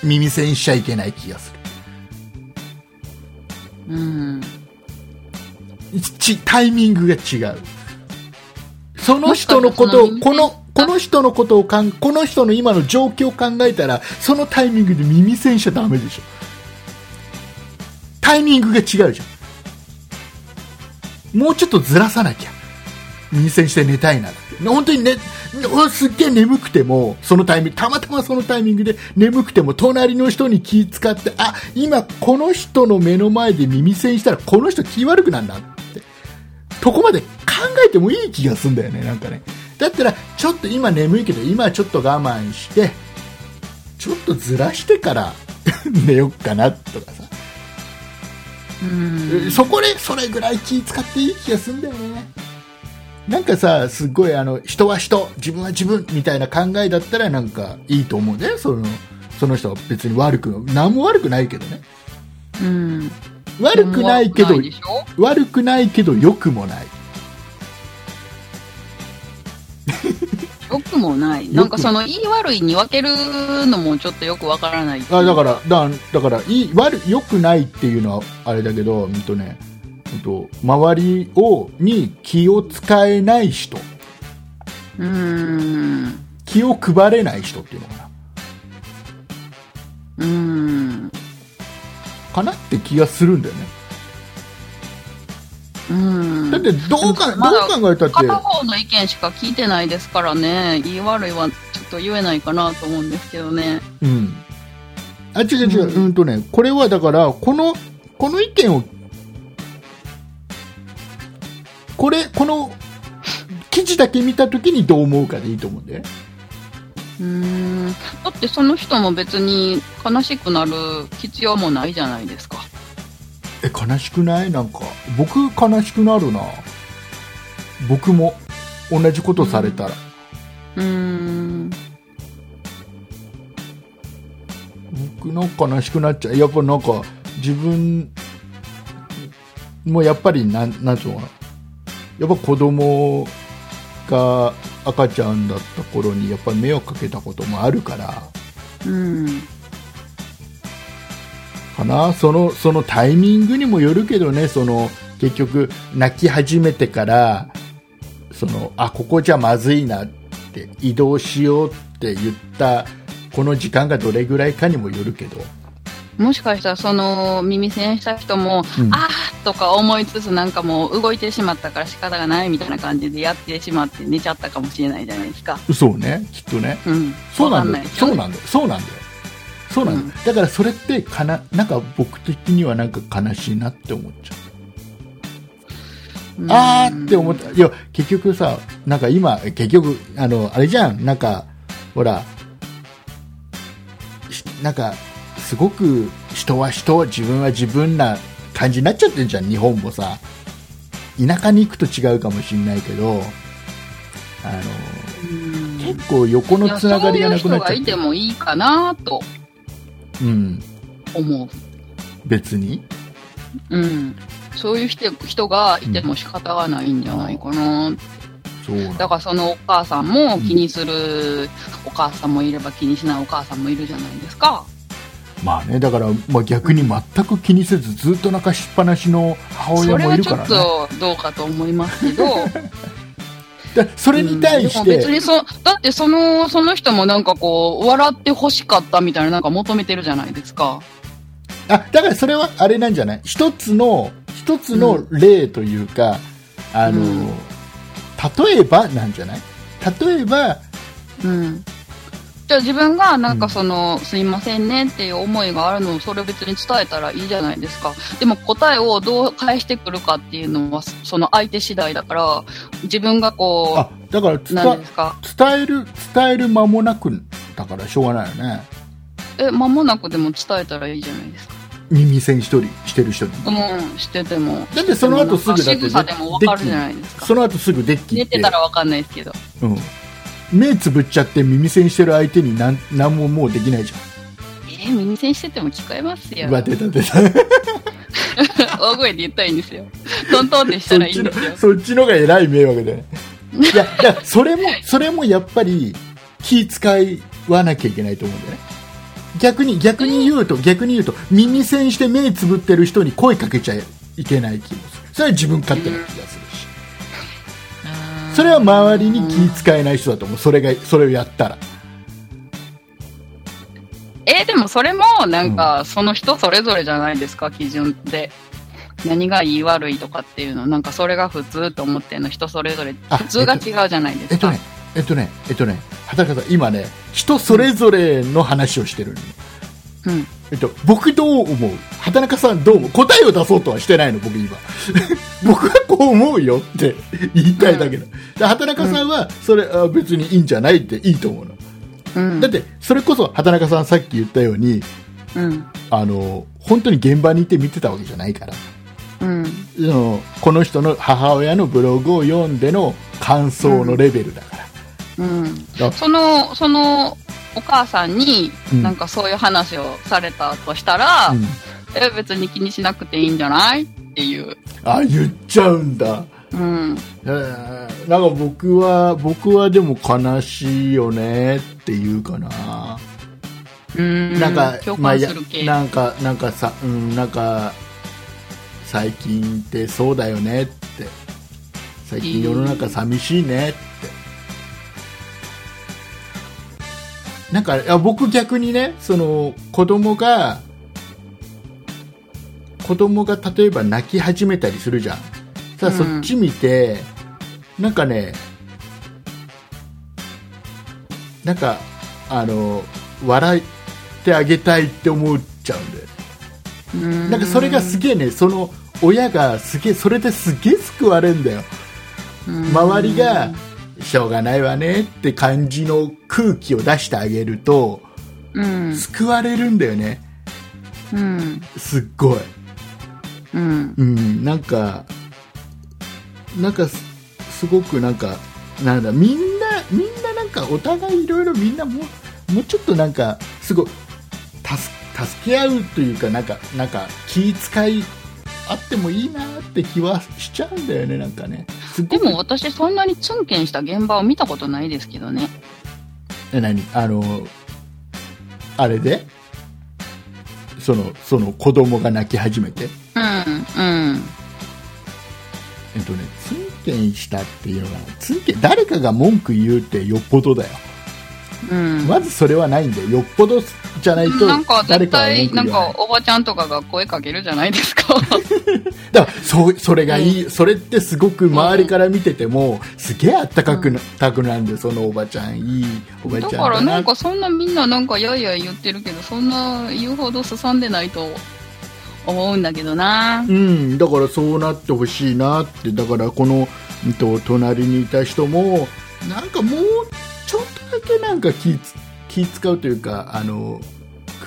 耳栓しちゃいけない気がす
うん。
るちタイミングが違うその人のことを
もしか
こ
したら
のこの人のことをかんこの人の今の状況を考えたらそのタイミングで耳栓しちゃダメでしょタイミングが違うじゃんもうちょっとずらさなきゃ耳栓して寝たいなって本当にねうわすっげえ眠くてもそのタイミングたまたまそのタイミングで眠くても隣の人に気使ってあ今この人の目の前で耳栓したらこの人気悪くなるなってとこまで考えてもいい気がするんだよねなんかねだったらちょっと今眠いけど今はちょっと我慢してちょっとずらしてから 寝よっかなとかさ
うん。
そこでそれぐらい気使っていい気がするんだよねなんかさすっごいあの人は人自分は自分みたいな考えだったらなんかいいと思うねそのその人は別に悪く何も悪くないけどね
うん。
悪くないけど
悪くでしょ
悪くないけど良くもない
よくもない。なんかその、いい悪いに分けるのもちょっとよくわからない。
あだからだだからいい悪い良くないっていうのはあれだけど、うんとねうんと周りをに気を使えない人
うん。
気を配れない人っていうのかな
うん。
かなって気がするんだよね
うん。
だってどうか、
まだ
どう考えたって
片方の意見しか聞いてないですからね、言い悪いはちょっと言えないかなと思うんですけどね。
うん。あ、違う違う。うん、とね、これはだから、この、この意見を、これ、この、記事だけ見たときにどう思うかでいいと思うんだよね。
うーん。だってその人も別に悲しくなる必要もないじゃないですか。
え、悲しくないなんか、僕悲しくなるな。僕も、同じことされたら。
うーん。
僕なんか悲しくなっちゃうやっぱなんか自分もやっぱりなんなんていうのかなやっぱ子供が赤ちゃんだった頃にやっぱり迷惑かけたこともあるから
うん。
かなそのそのタイミングにもよるけどねその結局泣き始めてからそのあここじゃまずいなって移動しようって言ったこの時間がどれぐらいかにもよるけど、
もしかしたらその耳栓した人も、
うん
あーとか思いつつなんかもう動いてしまったから仕方がないみたいな感じでやってしまって寝ちゃったかもしれないじゃないですか。
そうねきっとね
うん。
そうなん
わ
だ
か
よ。
いです
そ
よね
うなんだよ。そうなんだよ。そうなんだよ。
うん
だからそれってかな、なんか僕的にはなんか悲しいなって思っちゃう。
うん
あーって思った。いや、結局さ、なんか今、結局、あの、あれじゃん、なんか、ほら、しなんか、すごく人は人、自分は自分な感じになっちゃってるじゃん、日本もさ。田舎に行くと違うかもしれないけど、あの、
うん
結構横のつながりがなくな
いやそういう人
っちゃっ
がい
て
て。もいいかなと
うん、
思
別に。
う。うん。そういう人人がいても仕方がないんじゃないかな。
そうなんだ
だからそのお母さんも気にするお母さんもいれば気にしないお母さんもいるじゃないですか。
まあね、だから、まあ、逆に全く気にせずずっと泣かしっぱなしの母
そ
親
れ
もい
は
る
ちょ
から
っ
ね
とどうかと思いますけど。
だから それに対し
うんでも
て、
別にそだってそのその人もなんかこう笑って欲しかったみたいななんか求めてるじゃないですか
あだからそれはあれなんじゃない一つの一つの例というか、あの
うん
例えばなんじゃない例えば、
うんじゃあ自分がなんかその、すいませんねっていう思いがあるのをそれを別に伝えたらいいじゃないですかでも答えをどう返してくるかっていうのはその相手次第だから自分がこ
あだから
う
つ
何
た
ですか
伝える伝える間もなくだからしょうがないよね
え間もなくでも伝えたらいいじゃないですか
耳栓一人してる人に
うんしてても
だってその後すぐだって
仕草でも分かるじゃないですか
その後すぐデッキ
寝
行って
てたら分かんないですけど
うん、目つぶっちゃって耳栓してる相手になん何ももうできないじ
えー、耳栓してても聞こえます
ゃ
よ
んう。わ出た出た
大声で言ったらいいんですよ。トントンってした
そ
ら
っ
いい
ち
ん
の
ですよ。
そっちのが偉い迷惑だよねいやだからそれもそれもやっぱり気遣わなきゃいけないと思うんだよね逆に逆に言うと逆に言うと耳栓して目つぶってる人に声かけちゃいけない気もするそれは自分勝手な気がするしそれは周りに気遣えない人だと思うそれがそれをやったら
えー、でもそれも、なんか、その人それぞれじゃないですか、基準って。何がいい悪いとかっていうの、なんかそれが普通と思ってるの、人それぞれ。
あ
普通が違うじゃないで
え
す
っと
か
ね。、えっとね、えっとね、畑中さん、今ね、人それぞれの話をしてるの、
うん。
えっと、僕どう思う畑中さんどう思う答えを出そうとはしてないの、僕今。 僕はこう思うよって言いたいだけだ。で畑中さんは、それ、あ別にいいんじゃないっていいと思うの。
うん。
だって、それこそ畑中さんさっき言ったように、
うん。
あの、本当に現場にいて見てたわけじゃないから。
うん。
そのこの人の母親のブログを読んでの感想のレベルだから。
うん。
あ
その、その、お母さんに
うん
なんかそういう話をされたとしたら、
うん
え別に気にしなくていいんじゃないっていう。
あ、言っちゃうんだ。
うん。
えーなんか僕は、僕はでも悲しいよねっていうかな。
うん。
なんか、
共
まあ
感
いや
する系。
なんか、なんかさ、うん、なんか、最近ってそうだよねって。最近世の中寂しいねって。なんか、いや僕逆にね、その、子供が、子供が例えば泣き始めたりするじゃん。さあ、
うん
そっち見て、なんかね、なんかあの笑ってあげたいって思っちゃうんでなんかそれがすげえねその親がすげえそれですげえ救われんだよ周りがしょうがないわねって感じの空気を出してあげると
うん
救われるんだよね
うん
すっごい、
うん
うん、なんかなんかすすごくなんかなんだみんなみんななんかお互いいろいろみんなもうもうちょっとなんかすごい助助け合うというかなんかなんか気遣いあってもいいなって気はしちゃうんだよねなんかねすご
で
く
も私そんなにツンケンした現場を見たことないですけどね
え何あのあれでそのその子供が泣き始めて
うんうん
えっとねツンケンしたっていうのがツンケン誰かが文句言うってよっぽどだよ
うん
まずそれはないんだよよっぽどじゃないと
なんか
誰
絶
かは文
対
句
なん
言わな
か
い
おばちゃんとかが声かけるじゃないですか
だからそうそれがいい、それってすごく周りから見ててもすげえあったかくな,、たくなんでそのおばちゃんいいおばちゃ
だ
んだ
からな
なん
かそんなみんななんかやいやい言ってるけどそんな言うほどすさんでないと思うんだけどな
うん、だからそうなってほしいなってだからこの、うんと、隣にいた人もなんかもうちょっとだけなんか気つ気使うというかあの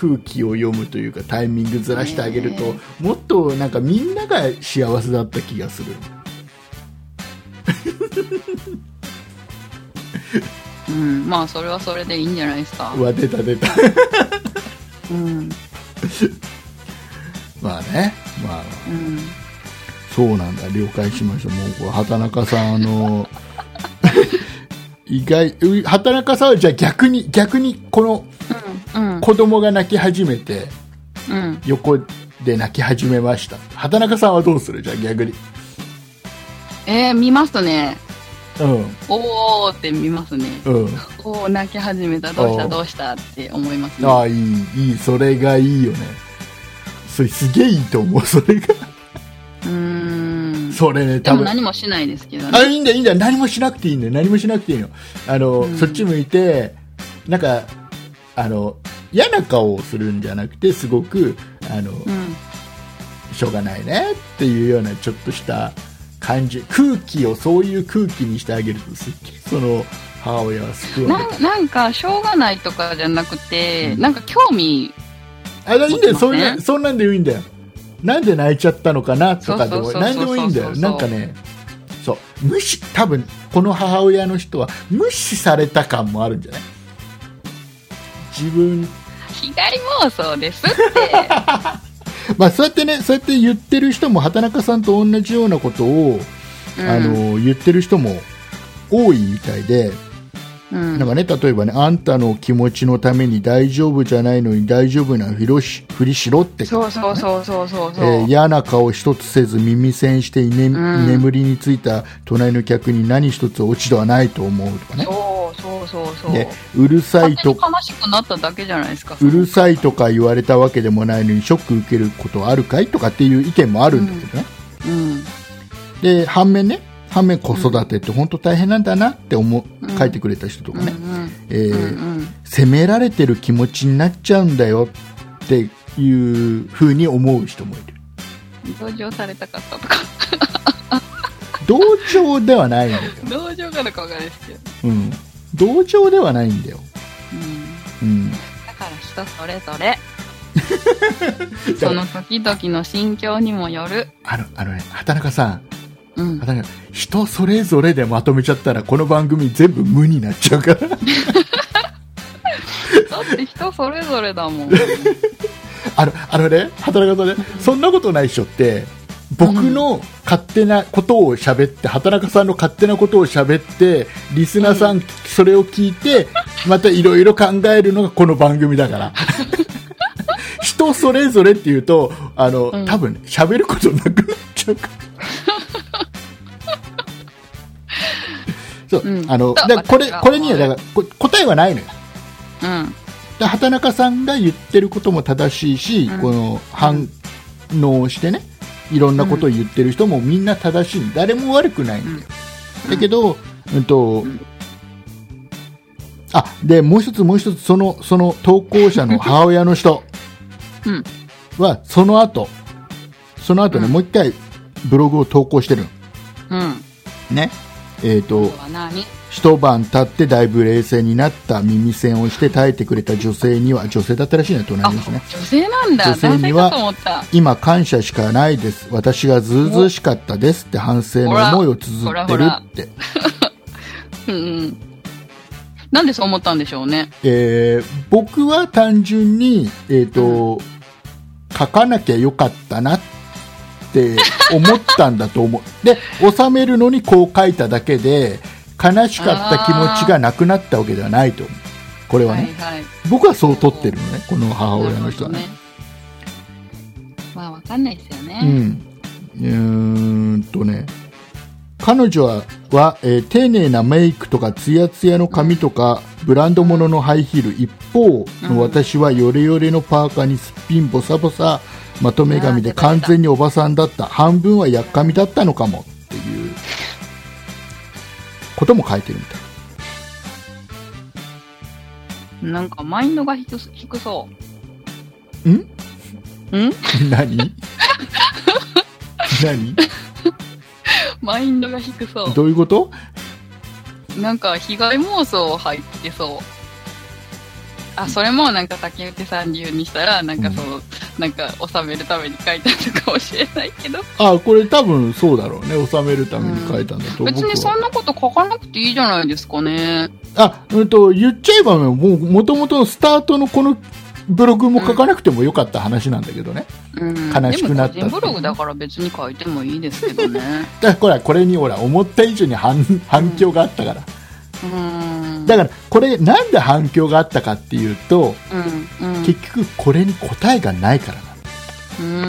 空気を読むというかタイミングずらしてあげると、
ね
もっとなんかみんなが幸せだった気がする
うんまあそれはそれでいいんじゃないですか
うわ出た出た
うん
まあねまあ
うん
そうなんだ了解しましたもうこれ畑中さんあの意外う畑中さんはじゃあ逆に逆にこの
うん
子供が泣き始めて
うん
横で泣き始めました畑中さんはどうするじゃあ逆に
えー、見ますとね
う
おおって見ますね
んうん
おお泣き始めたどうし
お
た
う
どうしたって思いますね
ああいいいいそれがいいよねそれすげえいいと思うそれが
うーん
それね
で
多
も
分
何もしないですけど
あ
ね
いいんだいいんだ何もしなくていいんだよ何もしなくていいのあの、
うん
そっち向いてなんかあの嫌な顔をするんじゃなくてすごくあの、
うん
しょうがないねっていうようなちょっとした感じ空気をそういう空気にしてあげるとすっげえその母親は救われ
ななんかしょうがないとかじゃなくて、なんか興味
あいいんだよそ
そうんですね
なそんなんでいいんだよなんで泣いちゃったのかなとかでも
そうそうそうそう
何でもいいんだよ
そうそう
なんかねそう無視多分この母親の人は無視された感もあるんじゃない自分
被害妄想です って、
まあそうやってねそうやって言ってる人も畑中さんと同じようなことを、
うん、
あの言ってる人も多いみたいで、
うん、
なんかね、例えばね、あんたの気持ちのために大丈夫じゃないのに大丈夫なふりしふりしろって、
そうそうそうそうそうそう、
えー嫌な顔一つせず耳栓して、ね
ん
眠りについた隣の客に何一つ落ち度はないと思うとかね。
そうそうそうそう、
でうるさい
勝手
と
に悲しくなっただけじゃないですか
うるさいとか言われたわけでもないのにショック受けることあるかいとかっていう意見もあるんだけどね、
うん
で反面ね反面子育てって本当大変なんだなって思う、
うん
書いてくれた人とか
うん
ね、えー
うんうん
責められてる気持ちになっちゃうんだよっていう風に思う人もいる
同情されたかったとか
同情ではないんだよ、
同情があるかわかんないですけど、
うん、同情ではないんだよ、
うん、
うん、
だから人それぞれその時々の心境にもよる
あのあのね畑中さん
うん
畑中さん人それぞれでまとめちゃったらこの番組全部無になっちゃうから
だって人それぞれだもん
あのあのね畑中さんねそんなことないっしょって僕の勝手なことを喋って畑中さんの勝手なことを喋ってリスナーさんそれを聞いてまたいろいろ考えるのがこの番組だから人それぞれっていうとあの、
うん
多分喋ることなくなっちゃうから そう、
うん
あの
と
だこれ
私は
これにはだからこ答えはないのよ
うん
で畑中さんが言ってることも正しいし、
うん
この反応してねいろんなことを言ってる人もみんな正しい誰も悪くないんだよ、
うん
だけど、うんと
ん
あでもう一つ、もう一つそのその投 稿者の母親の人
うん
はその後その後ね、
うん
もう一回ブログを投稿してるの
うん。
ねえー、と
今日は何
一晩経ってだいぶ冷静になった耳栓をして耐えてくれた女性には女性だったらしいね隣
あ、
ですね
女性なんだ。
女
男
性に
性
は
かと思った。
今感謝しかないです私がずうずうしかったですって反省の思いを綴ってるって
うんうん。なんでそう思ったんでしょうね。
えー僕は単純に、えーと書かなきゃよかったなって思ったんだと思うで収めるのにこう書いただけで悲しかった気持ちがなくなったわけではないと思うこれは
はい
ね、
はい。
僕はそう取ってるのねこの母親の人は
な
ね
るほどまあ、わかんないですよ
う
ね。
ん、うーんとね彼女はは、えー丁寧なメイクとかツヤツヤの髪とか、ブランド物のハイヒール一方
うん
の私はヨレヨレのパーカーにすっぴんボサボサまとめ髪
あ
で
ー出た出
完
た
全におばさんだった半分はやっかみだったのかもっていうことも書いてるみたい
なんか、マインドが低す低そ
ん
う。ん
何何
マインドが低そ
どういうこと
う。なんか、被害妄想入ってそう。あ、それもなんか竹内さん流にしたら、なんかそう、なんか収めるために書いたのかもしれないけど、
あこれ多分そうだろうね収めるために書いたんだと思う、
別にそんなこと書かなくていいじゃないですかね。
あ、うんと、言っちゃえばもう、もともとのスタートのこのブログも書かなくてもよかった話なんだけどね。
うん
悲しくなったって
でも個人ブログだから別に書いてもいいですけどね
だからこれは、これにほら、思った以上に反反響があったから。
うん
だから、これ、なんで反響があったかっていうと、
うんうん
結局、これに答えがないからなんだ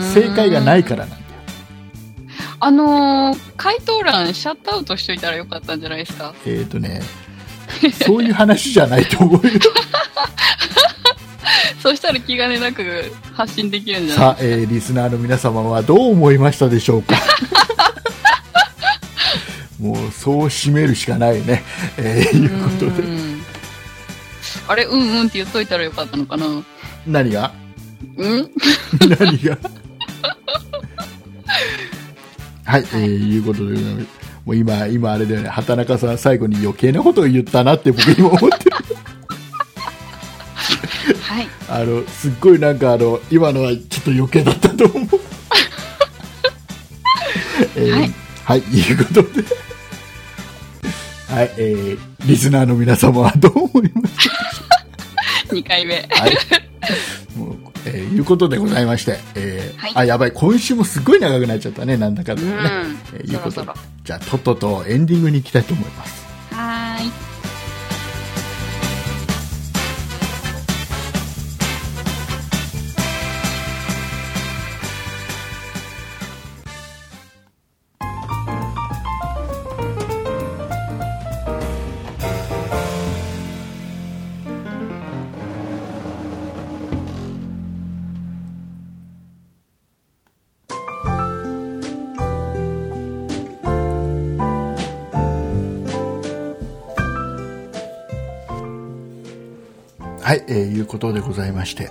うん
正解がないからなんだよ。
あのー回答欄シャットアウトしといたらよかったんじゃないですか
えっ、ー、とね、そういう話じゃないと思うよ。
そうしたら気兼ねなく発信できるんじゃない
さあ、えーリスナーの皆様はどう思いましたでしょう かもう、そう締めるしかないね。えーいうことで。
うんあれうんうんって言っといたらよかったのかなうん
何が何 がはい、えーいうことでございますもう今、今あれだよね、畑中さん最後に余計なことを言ったなって僕今思ってる。
はい
あの、すっごいなんかあの、今のはちょっと余計だったと 思う。えー
はい、
はい、いうことで。はい、えー、リスナーの皆様はどう思い ますか
2回目
はい。もう、えーいうことでございまして、えー
はい
あ、やばい、今週もすごい長くなっちゃったね、なんだかんだね。
うん
えーいうことで
そろそろ
じゃあ、とっととエンディングに行きたいと思います。
はーい
はい、えーいうことでございまして、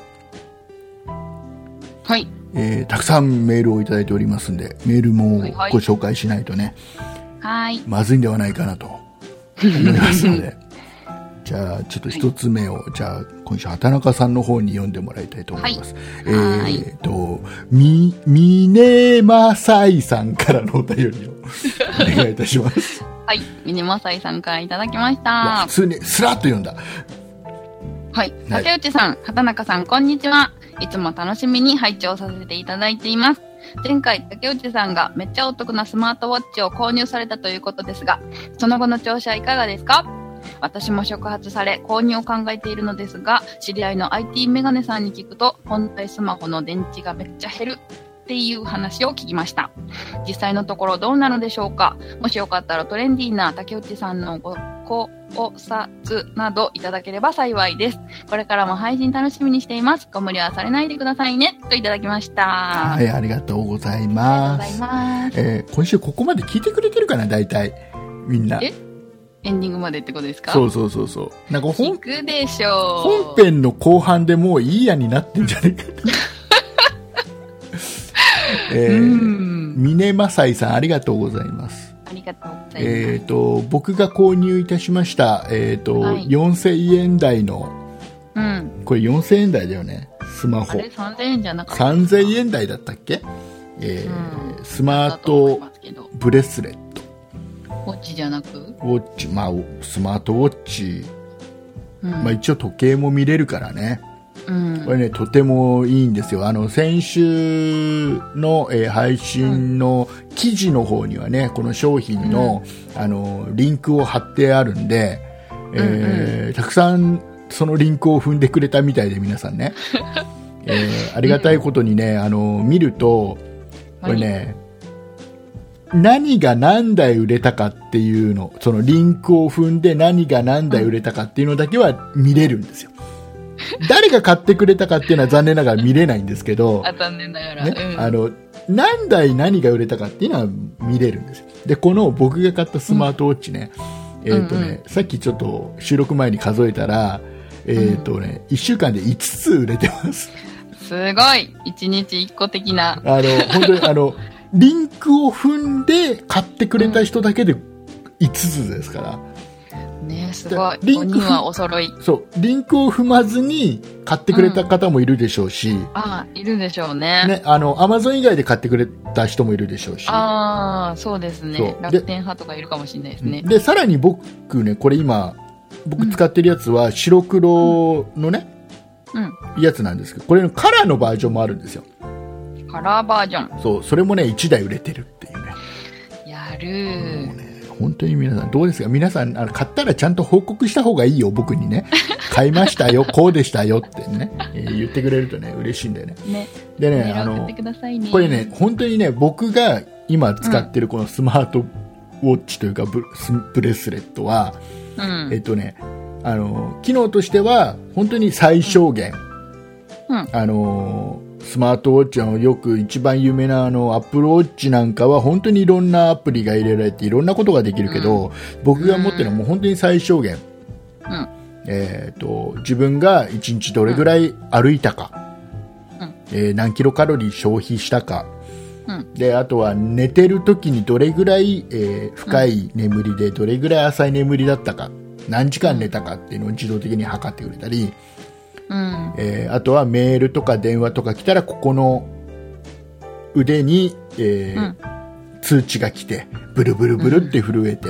はい
えーたくさんメールをいただいておりますんで、メールも
はいはい
ご紹介しないとね、
はーい
まずいんではないかなと思いますので、 じゃあ、ちょっと一つ目を、じゃあ、今週、畑中さんの方に読んでもらいたいと思います。
は
え
い
ーっと、み、みねまさいさんからのお便りをお願いいたし ます。
はいミニマサイさんからいただきまし
まあ
た
普通に、スラっと読んだ。
はい。竹内さん、畑中さん、こんにちは。いつも楽しみに拝聴させていただいています。前回、竹内さんがめっちゃお得なスマートウォッチを購入されたということですが、その後の調子はいかがですか私も触発され、購入を考えているのですが、知り合いの IT メガネさんに聞くと、本体スマホの電池がめっちゃ減るっていう話を聞きました。実際のところどうなのでしょうかもしよかったらトレンディーな竹内さんのご考察などいただければ幸いです。これからも配信楽しみにしています。ご無理はされないでくださいね。といただきました。
はい、ありがとうござい
ありがとう
ま
ござい
す。
ます。
えー今週ここまで聞いてくれてるかな、大体。みんな。
えエンディングまでってことですか
そうそうそうそう。なんか
行
本、
くでしょう。
本編の後半でもういいやになってんじゃねえかと。え
う
ー、
ん。
ミネマサイさんありがとうございます。
ありがとうございます。
えっ、と、僕が購入いたしました、えっ、と、
はい
4000円台の、
うん。
これ4000円台だよね、スマ
あ
ホ
れ。3000円じゃなかった。
3000円台だったっけえースマ
だ
ー
と思い
ト
ますけど。
ブレスレット、
こっちじゃなく
ウォッチ、まあ、スマートウォッチ、
うん。
まあ一応時計も見れるからね。
うん
これね、とてもいいんですよ。あの、先週の、えー配信の記事の方にはね、この商品の、あの、リンクを貼ってあるんで、えーたくさんそのリンクを踏んでくれたみたいで皆さんね。えーありがたいことにね、あの、見ると、これね、何が何台売れたかっていうの、そのリンクを踏んで何が何台売れたかっていうのだけは見れるんですよ。誰が買ってくれたかっていうのは残念ながら見れないんですけど、
あ、残念ながら。
ね
うん、
あの、何台何が売れたかっていうのは見れるんですよ。で、この僕が買ったスマートウォッチね、えっ、
う
とね、
んうん
さっきちょっと収録前に数えたら、えっ、とね、1週間で5つ売れてます。
すごい一日一個的な。
あの、本当にあの、リンクを踏んで買ってくれた人だけで5つですから。
ねすごい。
リンク
5人はお揃い。
そう、リンクを踏まずに買ってくれた方もいるでしょうし、
ああ、いるでしょうね。
ね、あの、アマゾン以外で買ってくれた人もいるでしょうし。
ああ、そうです
そう
ね
で。
楽天派とかいるかもしれないですね。
で、さらに僕ね、これ今、僕使ってるやつは白黒のね、
うん。
やつなんですけど、これのカラーのバージョンもあるんですよ。
カラーバージョ
そう、それもね、1台売れてるっていうね。
ン。やる
も
ー。
うね、本当に皆さん、どうですか皆さん、あの買ったらちゃんと報告した方がいいよ、僕にね。 買いましたよ、こうでしたよってね、えー言ってくれるとね、嬉しいんだよね。
ね。
で
メ
ね、あ
ール送っ
の
て、くださいね。
これね、本当にね、僕が今使ってるこのスマートウォッチというか、ブスブレスレットは、
う
え
ん。
っとね、あの、機能としては、本当に最小限、
うん
あの、スマートウォッチのよく一番有名なあの、アップルウォッチなんかは本当にいろんなアプリが入れられていろんなことができるけど、僕が持ってるのはもう本当に最小限。
うん
えっ、と、自分が一日どれぐらい歩いたか、
うん
えー何キロカロリー消費したか、
うん
で、あとは寝てる時にどれぐらい、えー深い眠りでどれぐらい浅い眠りだったか、何時間寝たかっていうのを自動的に測ってくれたり、
うん。
えーあとはメールとか電話とか来たらここの腕に、えー
うん
通知が来てブルブルブルって震えて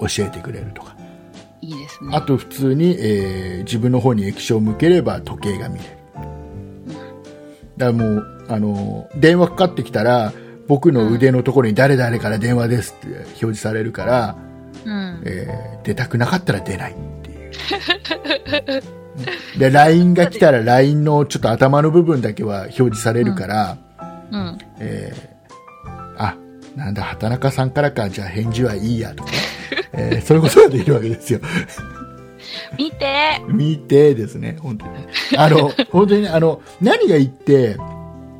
教えてくれるとか、
いいですね。
あと普通に、えー自分の方に液晶を向ければ時計が見れる。だからもう、あのー、電話かかってきたら、僕の腕のところに誰々から電話ですって表示されるから、
うん。
えー出たくなかったら出ないっていう。で、LINE が来たら LINE のちょっと頭の部分だけは表示されるから、
うん。
えーあ、なんだ、畑中さんからか、じゃあ返事はいいや とか、えーそういうことができるわけですよ。
見て
見てですね、本当に。あの、 本当にね、あの、何が言って、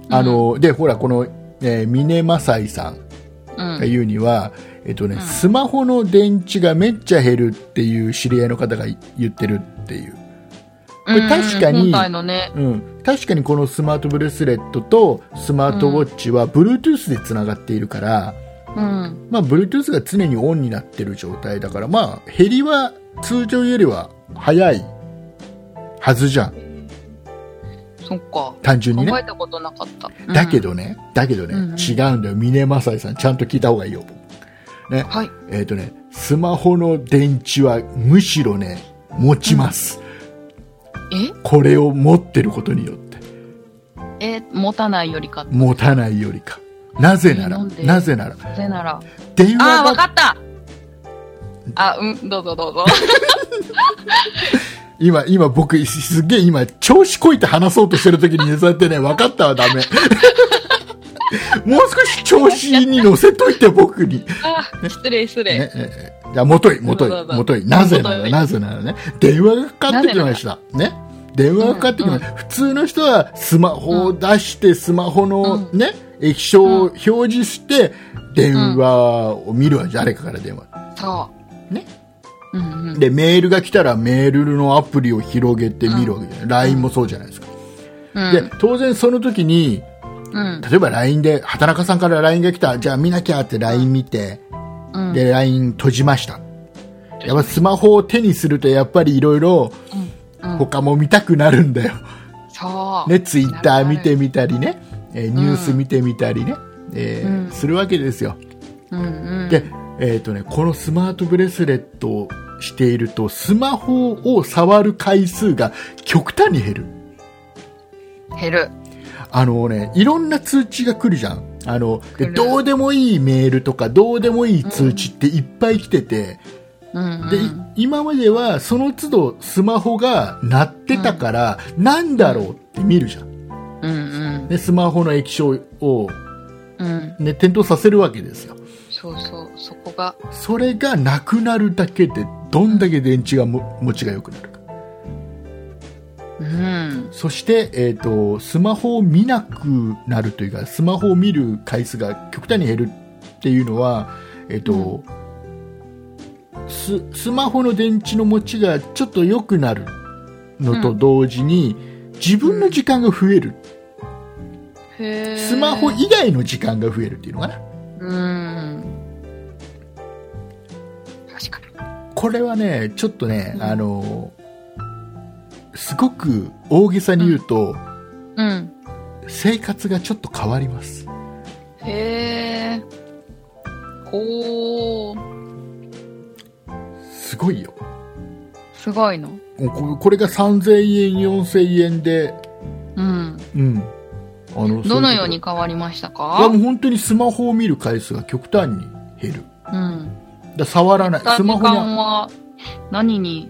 あの、で、ほら、この、えー、ミネマサイさん
う
が
ん。
言うには、えっとね、
うん
スマホの電池がめっちゃ減るっていう知り合いの方が言ってるっていう。これ確かに
うん本体のね。
うん。確かにこのスマートブレスレットとスマートウォッチは Bluetooth で繋がっているから、
うん。
まあ、Bluetooth が常にオンになってる状態だから、まあ、減りは通常よりは早いはずじゃん。
そっか。
単純にね
考。えたことなかった。うん
だけ。どね、だけどね、
うんうん
違うんだよ。峰マサイさん、ちゃんと聞いた方がいいよ。ね、
はい。
えっ、とね、スマホの電池はむしろね、持ちます。
え
これを持ってることによって。
え、持たないよりか。
持たないよりか。なぜな
えー
ら、
なんで
なぜなら、
なぜなら。
電
ああ、わか
話が、
っ たあ、うん、どうぞどうぞ。
今、今僕、すげえ今、調子こいて話そうとしてる時にね、そう やってね、わかったはダメ。 もう少し調子に乗せといて僕に。
あ失礼失礼。
ね、ええじゃあ、もとい、もと
どうぞど
い、
うぞ
もとい。なぜな
も
ら、
とい
なぜならね。電話がかかってきました。ね。電話がかかってきました。普通の人はスマホを出して、スマホの
う
ね、液晶を表示して、電話を見るわ、誰かから電話。
そ
ね。
うんうん。
で、メールが来たらメールのアプリを広げてみるわけじゃない。LINE もそうじゃないですか。
うん
で、当然その時に、
うん。
例えば LINE で、畑中さんから LINE が来た、じゃあ見なきゃって LINE 見て、
うん
で、LINE 閉じました。やっぱスマホを手にするとやっぱりいろいろ
うん
他も見たくなるんだよ。
そう。
ね、ツイッター見て
み
みたりね、えーニュース見てみたりね、えー
うん
するわけですよ。
うんうん。
で、えっ、とね、このスマートブレスレットをしていると、スマホを触る回数が極端に減る。
減る。
あのね、いろんな通知が来るじゃん。あの、で
来る
どうでもいいメールとか、どうでもいい通知っていっぱい来てて、
うん、うん。
で、い今まではその都度スマホが鳴ってたから、なんだろうって見るじゃん。
うん
で、スマホの液晶を
うん。うん。
ね、点灯させるわけですよ。
そうそう。そこが。
それがなくなるだけで、どんだけ電池がも持ちが良くなるか。
うん。
そして、えっ、と、スマホを見なくなるというか、スマホを見る回数が極端に減るっていうのは、えっ、と、ス、スマホの電池の持ちがちょっと良くなるのと同時に、自分の時間が増える。
へえ。
スマホ以外の時間が増えるっていうのかな。
うん。確かに。
これはね、ちょっとね、あの、すごく大げさに言うと、
うん。
生活がちょっと変わります。
へえ。おー。
すごいよ。
すごいの。
ここれが3000円、4000円で、
うん。
うん。あの
どのように変わりました
いや
か
もう本当にスマホを見る回数が極端に減る。
うん。
だ触らない。ス
時
マホ
間
に
は何に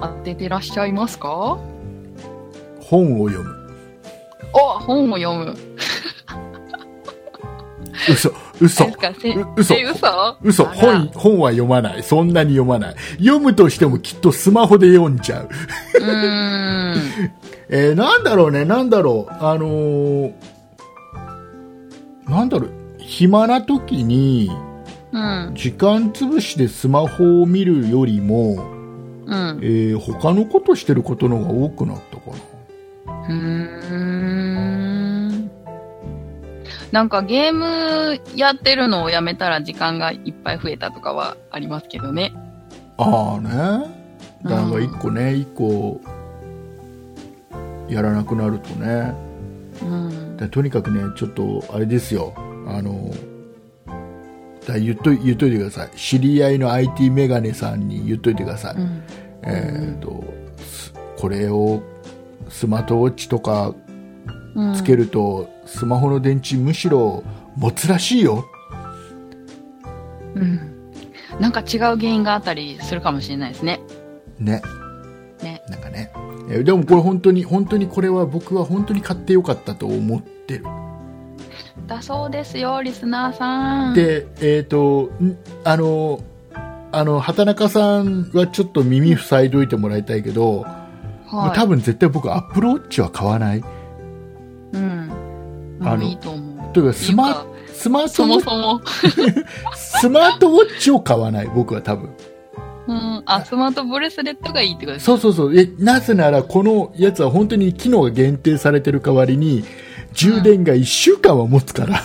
当ててらっしゃいますか
本を読む。
あ本を読む。
嘘、嘘
で、すかせ
う嘘
え、嘘
嘘、
あら
本、本は読まない。そんなに読まない。読むとしてもきっとスマホで読んじゃう。
うーん。
えーなんだろうね、なんだろう。あのーなんだろう。暇な時に、
うん。
時間つぶしでスマホを見るよりも、
うん。う
えー他のことしてることのが多くなったかな。
ーん。なんかゲームやってるのをやめたら時間がいっぱい増えたとかはありますけどね。
ああね。
うん
なんか一個ね、一個、やらなくなるとね。
うん。
だとにかくね、ちょっと、あれですよ。あの、だ言っとい、言っといてください。知り合いの IT メガネさんに言っといてください。
うん。
えっ、と、すこれを、スマートウォッチとか
うん
つけると、スマホの電池むしろ持つらしいよ。
うん。なんか違う原因があったりするかもしれないですね。
ね。
ね
なんかね。えーでもこれ本当に、本当にこれは僕は本当に買ってよかったと思ってる。
だそうですよ、リスナーさん。
で、えっ、と、んあの、あの、畑中さんはちょっと耳塞いどいてもらいたいけど、
はい、
多分絶対僕アップルウォッチは買わない。
うん。も
あの
ういいと思う。
というか、スマ
っ、
スマート
そ
ウォ
も
ッチ、
そも、
スマートウォッチを買わない、僕は多分。
うん、あ、スマートブレスレットがいいってことです。
そうそうそう。え、なぜならこのやつは本当に機能が限定されてる代わりに、充電が1週間は持つから。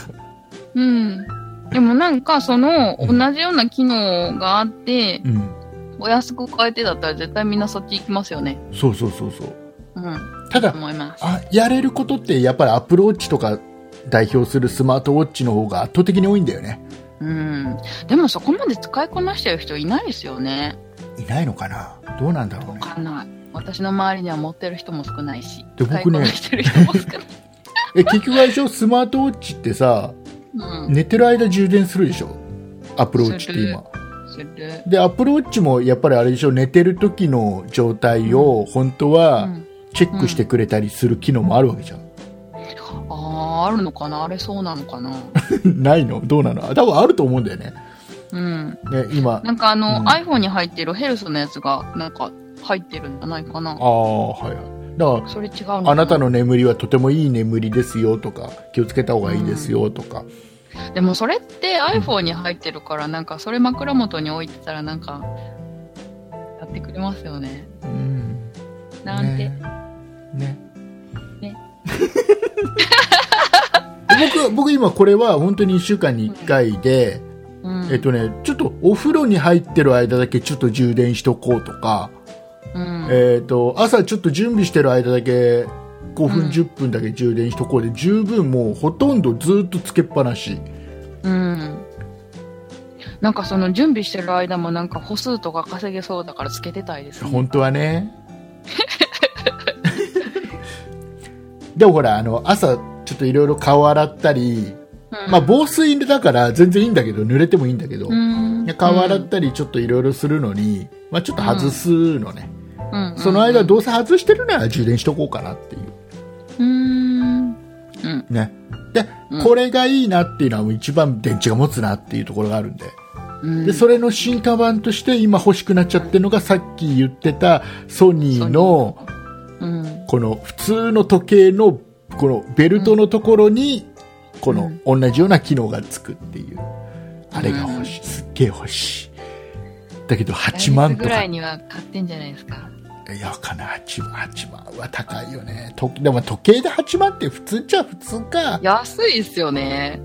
うん。でもなんか、その、同じような機能があって、
うん。
お安く買えてだったら絶対みんなそっち行きますよね。
そうそうそうそう。
うん、
ただ、
思います。
あやれることってやっぱりアップルウォッチとか代表するスマートウォッチの方が圧倒的に多いんだよね
うん。でもそこまで使いこなしてる人いないですよね。
いないのかなどうなんだろう
わ
ね
かんない。私の周りには持ってる人も少ないし、
で
使い
僕
こ
ね
なしてる人も少ない。
え結局あれでしょスマートウォッチってさ
うん。
寝てる間充電するでしょアップルウォッチって今
する。
でアップルウォッチもやっぱりあれでしょ寝てる時の状態を本当
う
は
ん。
チェックしてくれたりする機能もあるわけじゃん、
ああ、あるのかなあれそうなのかな
ないのどうなのあ多分あると思うんだよね
うん。
ね今
なんかあの、
うん
iPhone に入ってるヘルスのやつが、なんか入ってるんじゃないかな
あ。あはいはいだから
それ違うのか
あなたの眠りはとてもいい眠りですよとか気をつけた方がいいですよとか、
でもそれって iPhone に入ってるから、なんかそれ枕元に置いてたら、なんか、ってくれますよね。
うん
なんて。
ね
ね
僕僕今これは本当に1週間に1回で、
うん。
えっとね、ちょっとお風呂に入ってる間だけちょっと充電しとこうとか、
うん。
えっと朝ちょっと準備してる間だけ5分、
うん
10分だけ充電しとこうで十分もうほとんどずっとつけっぱなし
うん。なんかその準備してる間もなんか歩数とか稼げそうだからつけてたいですね。
本当はねでもほらあの朝ちょっといろいろ顔洗ったり、
うん
まあ、防水だから全然いいんだけど濡れてもいいんだけど、
うん
で顔洗ったりちょっといろいろするのに、まあ、ちょっと外すのね、
うん
その間どうせ外してるなら充電しとこうかなっていう
うん。うん。
ねで、
うん
これがいいなっていうのはもう一番電池が持つなっていうところがあるんで
うん
でそれの進化版として今欲しくなっちゃってるのがさっき言ってたソニーの
うん。
この普通の時計のこのベルトのところにこの同じような機能がつくっていうあれが欲しいすっげえ欲しいだけど8万
来月
とか
ぐらいには買ってんじゃないですか。
いや、わかんない。8万、8万は高いよね。とでも時計で8万って普通じゃ普通か。
安いっすよね。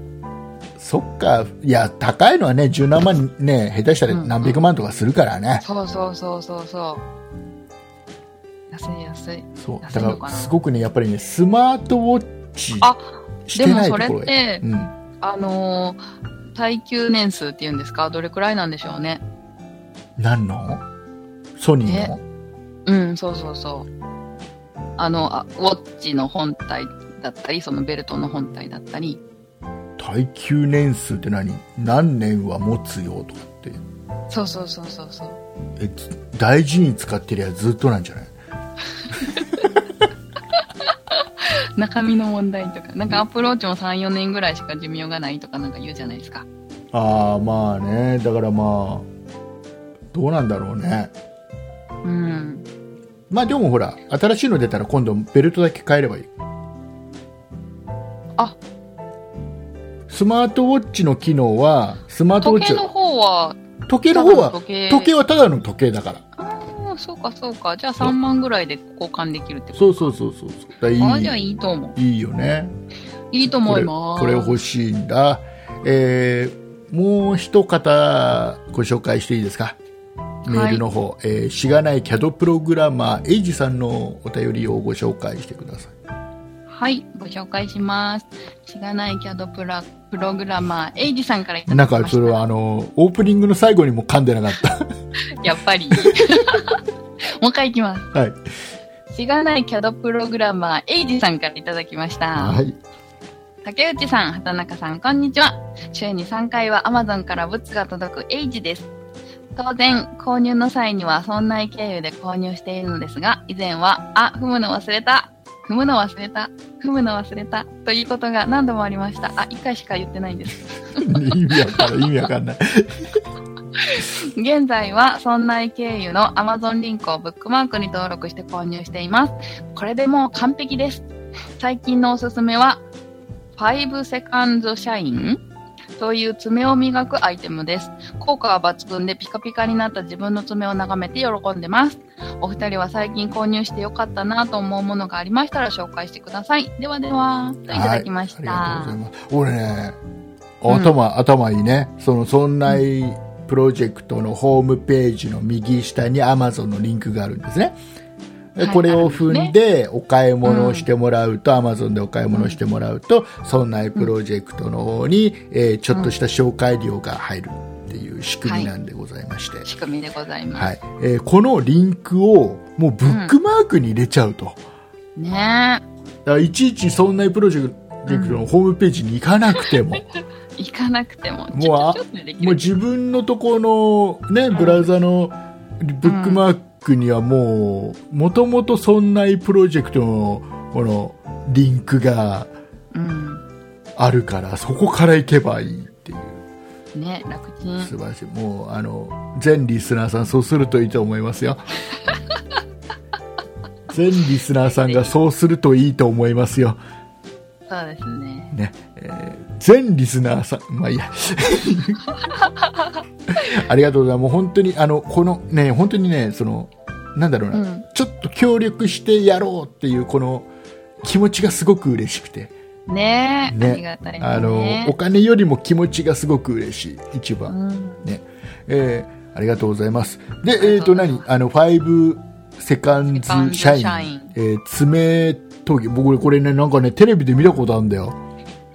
そっか。いや、高いのはね、17万ね、下手したら何百万とかするからね。
そうそうそうそうそう。安い安い。
そう。
安
だ
いのかな
から、すごくね、やっぱりね、スマートウォッチ
あ
してないとこ
でも
ろ
それって
がうん。
あのー、耐久年数っていうんですかどれくらいなんでしょうね。
何のソニーの
うん、そうそうそう。あの、あウォッチの本体だったり、そのベルトの本体だったり、
耐久年数って何何年は持つよとかって。
そうそうそうそうそう。
え、つ大事に使ってりゃずっとなんじゃない
中身の問題とか、なんかアプローチも3、4年ぐらいしか寿命がないとかなんか言うじゃないですか。
ああ、まあね。だからまあ、どうなんだろうね。
うん。
まあでもほら、新しいの出たら今度ベルトだけ変えればいい。
あ
スマートウォッチの機能は、スマートウォッ
時
チ
計の
は、
方は、
時計の方
ただの
は、
時計
時計はただの時計だから。
ああ、そうかそうか。じゃあ3万ぐらいで交換できるってこ
そうそうそうそうそう。だ
と。あ
か
あ、じゃ
ら
あ
いい
いいと思う。
いいよね。
いいと
こ
思い
れ
ます。
これ欲しいんだ。えーもう一方ご紹介していいですか。メールの方、えーしがないキャドプログラマー、エイジさんのお便りをご紹介してください。
はい、ご紹介します。しがないキャドプラプログラマー、エイジさんからいただ
なん
きました。
かそれはあのオープニングの最後にも噛んでなかっ
やっぱ り。もう一回いきま
た。はい。
す。しがないキャドプログラマー、エイジさんからいただきました。
はい。
竹内さん、畑中さん、こんにちは。週に3回は Amazon から物が届くエイジです。当然、購入の際にはそんな経由で購入しているのですが、以前は、あ、踏むの忘れた。踏むの忘れた。踏むの忘れた。ということが何度もありました。あ、1回しか言ってないんです。
意味わかんない、意味わかんない。
現在は、村内経由の Amazon リンクをブックマークに登録して購入しています。これでもう完璧です。最近のおすすめは、5 Seconds シャインという爪を磨くアイテムです。効果は抜群でピカピカになった自分の爪を眺めて喜んでます。お二人は最近購入してよかったなと思うものがありましたら紹介してください。ではでは、といただきました。
はい、ありがとうございます。俺ね、頭、頭いいね。その、そんなプロジェクトのホームページの右下に Amazon のリンクがあるんですね。で
はい
これを踏んで、お買い物をしてもらうと、Amazon でお買い物をしてもらうと、そんなプロジェクトの方に、えーちょっとした紹介料が入るっていう仕組みなんでございまして。
仕組みでございます。
はい。えーこのリンクを、もうブックマークに入れちゃうと。
ね
だからいちいちそんなプロジェクトのホームページに行かなくても、
え、行かなくても、
う
ちょ
あ
ちょちょっとできる
もう自分のとこのね、ブラウザのブックマークにはもう、もともとそんなプロジェクトのこのリンクが
うん。
あるから、そこから行けばいいっていう。
ね、楽ちん。
素晴らしい。もう、あの、全リスナーさん、そうするといいと思いますよ。全リスナーさんがそうするといいと思いますよ。
そうですね。
ね、えー全リスナーさん、まあいいや。 ありがとうございます。もう本当に、あの、このね、本当にね、その、なんだろうな、
うん
ちょっと協力してやろうっていう、この気持ちがすごく嬉しくて、
ねえ、
ね
ありがたいですね。
あの、お金よりも気持ちがすごく嬉しい、一番。
うん
ね。えーありがとうございます。で、えっ、と、何あの、ファイブセカンズシャ
セカンズシャ
イ
イ
ン
ン。
えー爪研ぎ。僕、これね、なんかね、テレビで見たことあるんだよ。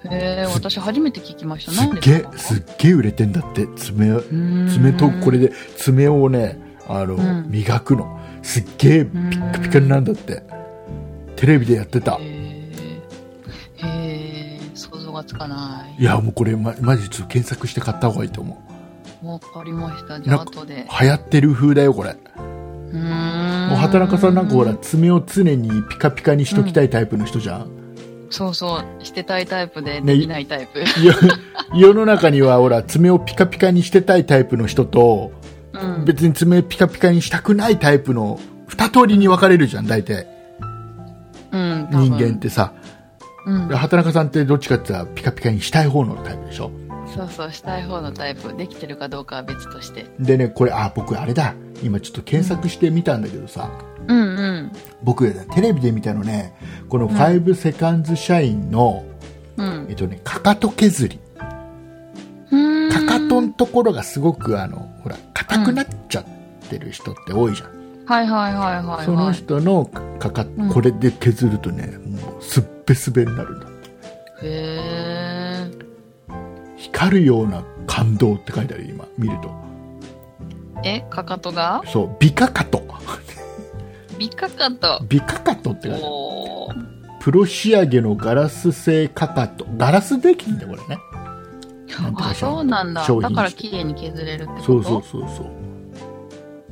へえ、私初めて聞きました。
す
なん
っ
で
げえ
で、
すっげえ売れてんだって。爪、
ん
爪研ぎ、これで爪をね、あの、
ん
磨くの。すっげえピッカピカになるんだって。テレビでやってた
へ。え、へえ、想像がつかない。
いや、もうこれ、ま、マジ、ちょっと検索して買った方がいいと思う。
わかりました。じゃあ、
なんか
後で。
流行ってる風だよ、これ。
うーん。
もう畑中さんなんかほら、爪を常にピカピカにしときたいタイプの人じゃん。
そうそう、してたいタイプで、
ね
できないタイプ。
よ世の中にはほら爪をピカピカにしてたいタイプの人と、
うん。
別に爪ピカピカにしたくないタイプの二通りに分かれるじゃん大体
うん、多分
人間っ。てさ、
うん。
畑中さんってどっちかって言ったらピカピカにしたい方のタイプでしょ
そうそう、したい方のタイプ。できてるかどうかは別として。
でねこれあ僕あれだ今ちょっと検索してみたんだけどさ、
うんうん。
僕テレビで見たのねこの5セカンズ社員の、
うん
えっとねかかと削り。
うーん
かかとのところがすごくあのほら硬くなっちゃってる人って多いじゃん
はいはいはいはい
その
はい。
人のかか、
うん
これで削るとねもうすっべすべになるんだ
へえ。
光るような感動って書いてある今見ると
え、かかとが
そう美かかと
ビカかと。
美かかとって書いてある
おー
プロ仕上げのガラス製かかとガラスできんだよこれねなんとか
あ、
商品
そうなんだ。
商品
だから綺麗に削れるってこと
そうそう。そうそう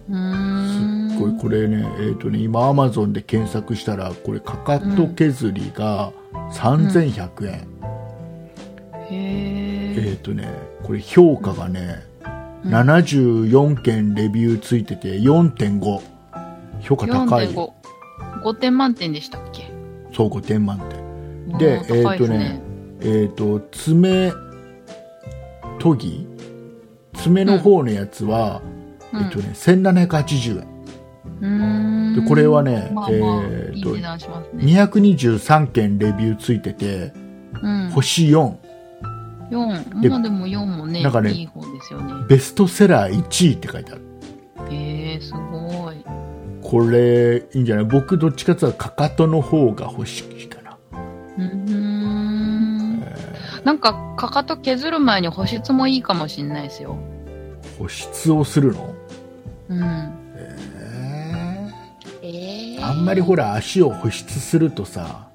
うー
すっ
ん。
ごいこれねえっ、とね今アマゾンで検索したらこれかかと削りが3100円、
へ
え
え。
っ、とね、これ評価がね、74件レビューついてて4.5。評価高い。
4.5。5点満点でしたっけ
そう、5点満点。で、
うん
えっ、
高い
と
す
ね、えっ、と、爪研ぎ爪の方のやつは、
うん
えっ、とね、1780円。
うーん
でこれはね
まあまあ
えー
いい
と
値段しますね。
223件レビューついてて、
うん、
星4、で
4。まあでも4もね、
なんかね
いい方ですよね。
ベストセラー1位って書いてある。
へえ、すごい。
これ、いいんじゃない僕、どっちかっていうと、かかとの方が欲しいかな。
うーん。なんか、かかと削る前に保湿もいいかもしれないですよ。
保湿をするの
うん。
あんまりほら足を保湿するとさ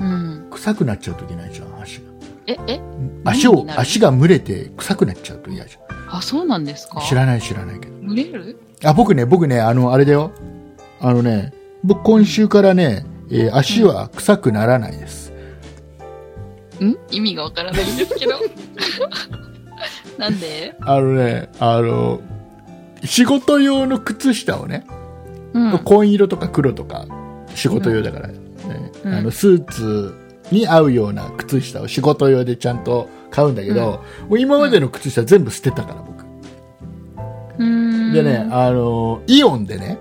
うん。
臭くなっちゃうといけないじゃん足が
え、え
足
何
を
になる
足が蒸れて臭くなっちゃうと嫌じゃ
あ、そうなんですか
ん知らない知らないけど
蒸れる
あ僕ね僕ねあのあれだよあのね僕今週からね、えー足は臭くならないです、
ん意味がわからないんですけど。 なんで
あのねあの仕事用の靴下をね、
うん。
紺色とか黒とか仕事用だから、ね
うん
あのスーツに合うような靴下を仕事用でちゃんと買うんだけど、もう今までの靴下全部捨てたから僕、
うーん
でね。あのイオンでね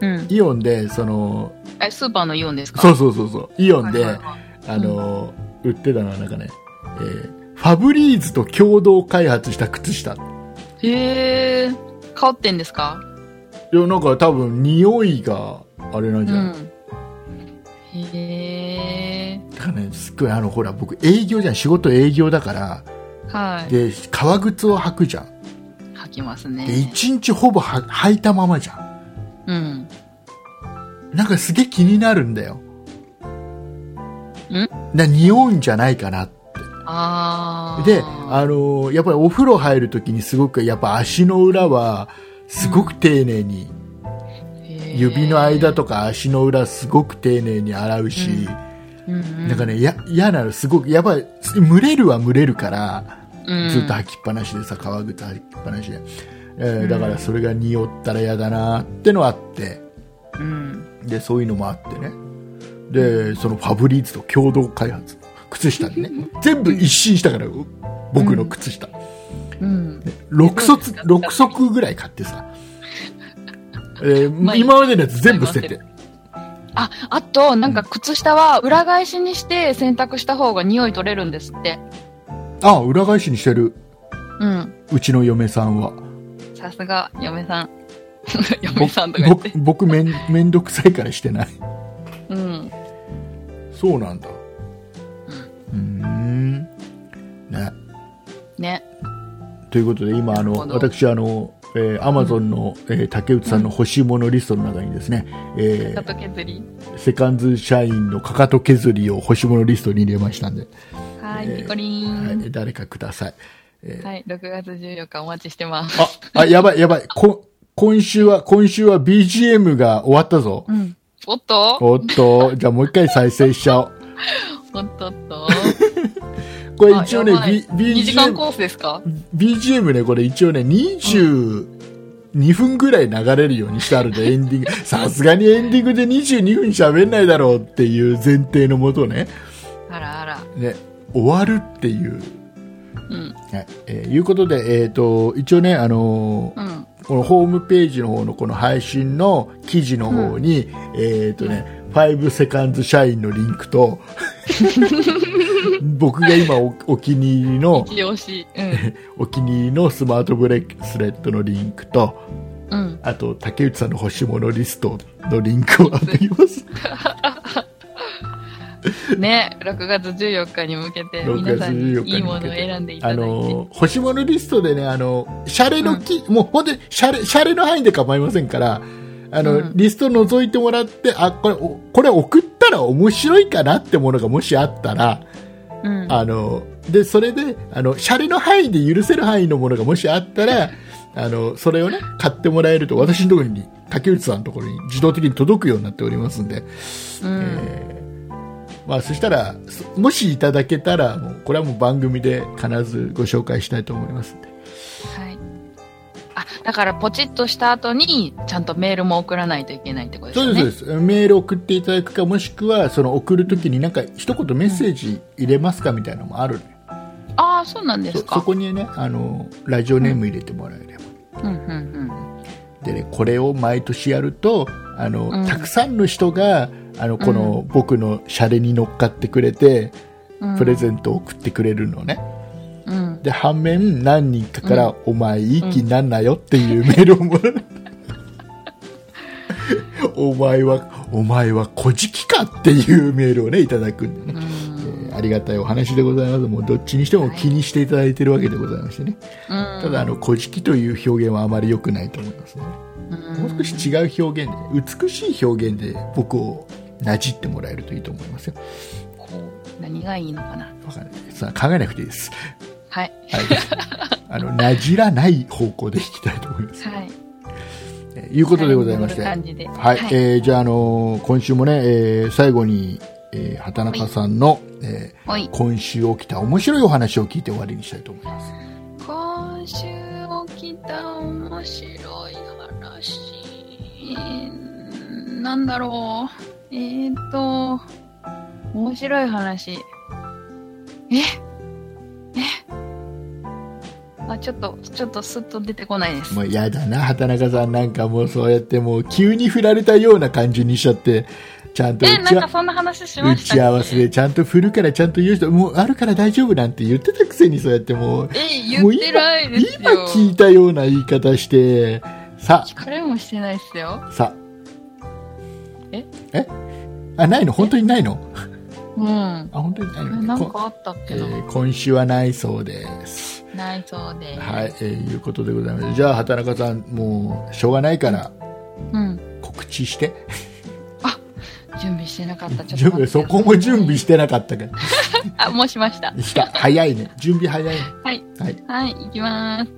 うん。
イオンでその
え、スーパーのイオンですか
そううそうそうそうイオンで、
はいはいはい
あの売ってたのはなんかね、えーファブリーズと共同開発した靴下
へえ。香ってんですか
いやなんか多分匂いがあれなんじゃない、
うん。へえ。
だからねすっごいあのほら僕営業じゃん仕事営業だから
はい。
で革靴を履くじゃん
吐きます
で
ね。
一日ほぼは履いたままじゃん
うん。
なんかすげえ気になるんだよ
ん
な匂うんじゃないかなって
ああ。
であのーやっぱりお風呂入るときにすごくやっぱ足の裏はすごく丁寧に、指の間とか足の裏すごく丁寧に洗うし、
か、うんうん
なんかねや嫌なのすごくやっぱり蒸れるは蒸れるから
うん
ずっと履きっぱなしでさ革靴履きっぱなしで、えーだからそれが匂ったら嫌だなってのあって、
うん。
でそういうのもあってねでそのファブリーズと共同開発靴下でね 全部一新したから僕の靴下、
うん。
6
す
足
ごい
六足ぐらい買っ てさ、えー
まあ
今までのやつ全部捨てて
あ、あと、なんか靴下は裏返しにして洗濯した方が匂い取れるんですって。
ああ裏返しにしてる
うん。
うちの嫁さんは
さすが、嫁さん。
ぼ
嫁さんとか言って
ぼ。僕めんめんどくさいからしてない
うん。
そうなんだうーんね
ね。
ということで今あ
な
の
るほど
私あのえー Amazon の、えー竹内さんの欲しいものリストの中にですね、え
か
ー
と削り。
セカンズ社員のかかと削りを欲しいものリストに入れましたんで、
はい、
えー
ピコリ
は
ン。
い、誰かください
はい、6月14日お待ちしてます。
あ、あ、やばい、やばい。こ、今週は、今週は BGM が終わったぞ。
うん。おっと
おっと、じゃあもう一回再生しちゃおう。
おっとおっと。
これ 一応ね、B、
2時間
BGM、
コースですか
BGM ね、これ一応ね、22分ぐらい流れるようにしてあるんで、エンディング。さすがにエンディングで22分喋んないだろうっていう前提のもとね、
あらあら。
ね、終わるっていう。
うん。
はい、えーいうことで、えっ、と、一応ね、あのー
うん。
このホームページの方のこの配信の記事の方に、えっ、とね、5セカンズ社員のリンク と、僕が今おお気に入りの、
一押し。う
お気に入りのスマートブレスレッドのリンクと、
ん。うん。
あと、竹内さんの欲しいものリストのリンクを貼って います。
ね、6月14日に向けて、
6
皆
月
さんに
14日
いい
に
もの
向
を
けて
選んでいただ
あ
いて。
のー、欲しいものリストでね、あのー、シャレのき、もう本当にシャレ、シャレの範囲で構いませんから、あの、
うん
リスト覗いてもらって、あ、これ、おこれ送ったら面白いかなってものがもしあったら、
うん。
あのー、で、それで、あの、シャレの範囲で許せる範囲のものがもしあったら、あの、それをね、買ってもらえると、私のところに、竹内さんのところに自動的に届くようになっておりますんで、
うん。
えーまあ、そしたらそもしいただけたらもうこれはもう番組で必ずご紹介したいと思いますんで
はい。あ、だからポチッとした後に、ちゃんとメールも送らないといけないってことです
そう
よ
で
ね。
すそうですメール送っていただくかもしくはその送るときになんか一言メッセージ入れますかみたいなのもあるのよ
ああ、そうなんで
そ
す
そ
か。
こにねあのラジオネーム入れてもらえれば、
うん、うん、
でねこれを毎年やるとあの、
うん
たくさんの人があのこの、僕のシャレに乗っかってくれて
うん。
プレ
ン
ゼントを送ってくれるのね、
ト。うん。
で反面何人かから「お前いい気になんなよ」っていうメールをも らうお前はお前は小じきかっていうメールをねいただくんで
う
ね、
ん。
えーありがたいお話でございますもうどっちにしても気にしていただいてるわけでございましてね、た
た
だあ、の「小じき」という表現はあまり良くないと思いますねもう少し違う表現で美しい表現で僕をなじってもらえるといいと思いますよ
こう何がいいのかな。
わかんないさあ考えなくていいです
はい。
はい、あのなじらない方向でいきたいと思 います。
はい。
えーいうことでございまして、
は
はい
こんな感
い、
じで
えーじゃあ、あのー今週もね、えー最後に、えー畑中さんの、え
おい
ー。今週起きた面白いお話を聞いて終わりにしたいと思います。
今週起きた面白い話。なんだろう。えっ、ー、と、面白い話。ええあ、ちょっと、ちょっとすっと出てこないです。
もうやだな、畑中さんなんかもうそうやってもう急に振られたような感じにしちゃって、ちゃんと
え、
打
な
ち
んか
は
そんな話しま
打
した
ち合わせでちゃんと振るからちゃんと言う人、もうあるから大丈夫なんて言ってたくせにそうやってもう、
え、言ってないですよ。
今聞いたような言い方して、さあ、
聞かれもしてないですよ。
さ
え
えあないの本当にないの
うん。
あ本当にない
え
のね
なん
こ
かあったっ
え
けな、
ー今週はないそうです
ないそうです。
はい、えーいうことでございますじゃあ畑中さんもうしょうがないから
うん。
告知して
準備してなかった。ちょっと待ってくだ
準備
さ
そ
い
こも準備してなかったから
あ、もうしました。
した早いね準備早いね
はい。
はい
はい、いきます。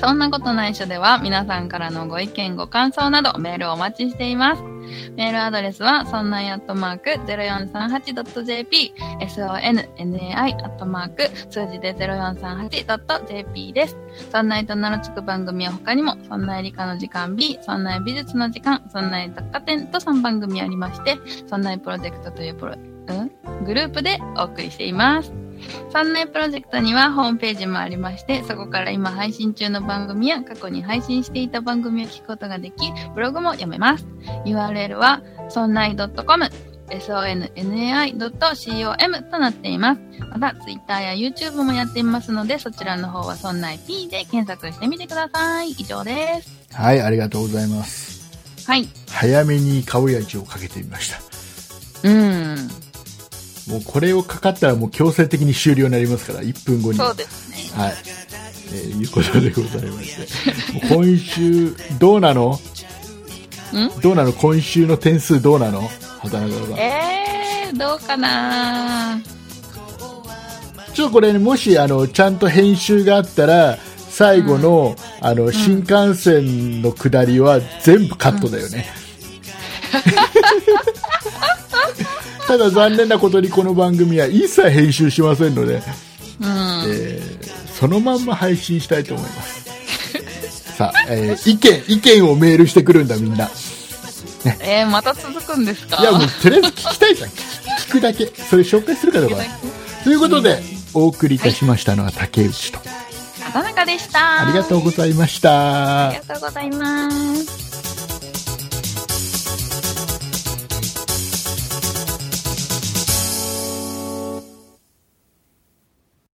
そんなことないっしょでは、皆さんからのご意見、ご感想などメールをお待ちしています。メールアドレスは、そんないアットマーク 0438.jp、sonnai アットマーク数字で 0438.jp です。そんないと名の付く番組は他にも、そんない理科の時間 B、そんない美術の時間、そんない雑貨店と3番組ありまして、そんないプロジェクトというプロ、うんグループでお送りしています。サンナイプロジェクトにはホームページもありまして、そこから今配信中の番組や過去に配信していた番組を聞くことができ、ブログも読めます。URL は sonnai.com、sonnai.com となっています。また、Twitter や YouTube もやっていますので、そちらの方は sonnai.p で検索してみてください。以上です。
はい、ありがとうございます。
はい。
早めにかおやじをかけてみました。
うん。
もうこれをかかったらもう強制的に終了になりますから、1分後に。
そう
はい。
ですね。
えーいうことでございまして。もう今週、どうなの
ん
どうなの今週の点数どうなの畑中さん。
えー、どうかな
ちょっとこれね、もし、あの、ちゃんと編集があったら、最後の、あの、新幹線の下りは全部カットだよ ね。ただ残念なことにこの番組は一切編集しませんので、
うん。
えーそのまんま配信したいと思います。さあ、えー意見、意見をメールしてくるんだみんな。
えー、また続くんですか
いやもうとりあえず聞きたいじゃん。聞聞くだけ。それ紹介するかどうか
聞くだ。
ということで、お送りいたしましたのは竹内と。
畑中でした。
ありがとうございました
あり。がとうございます。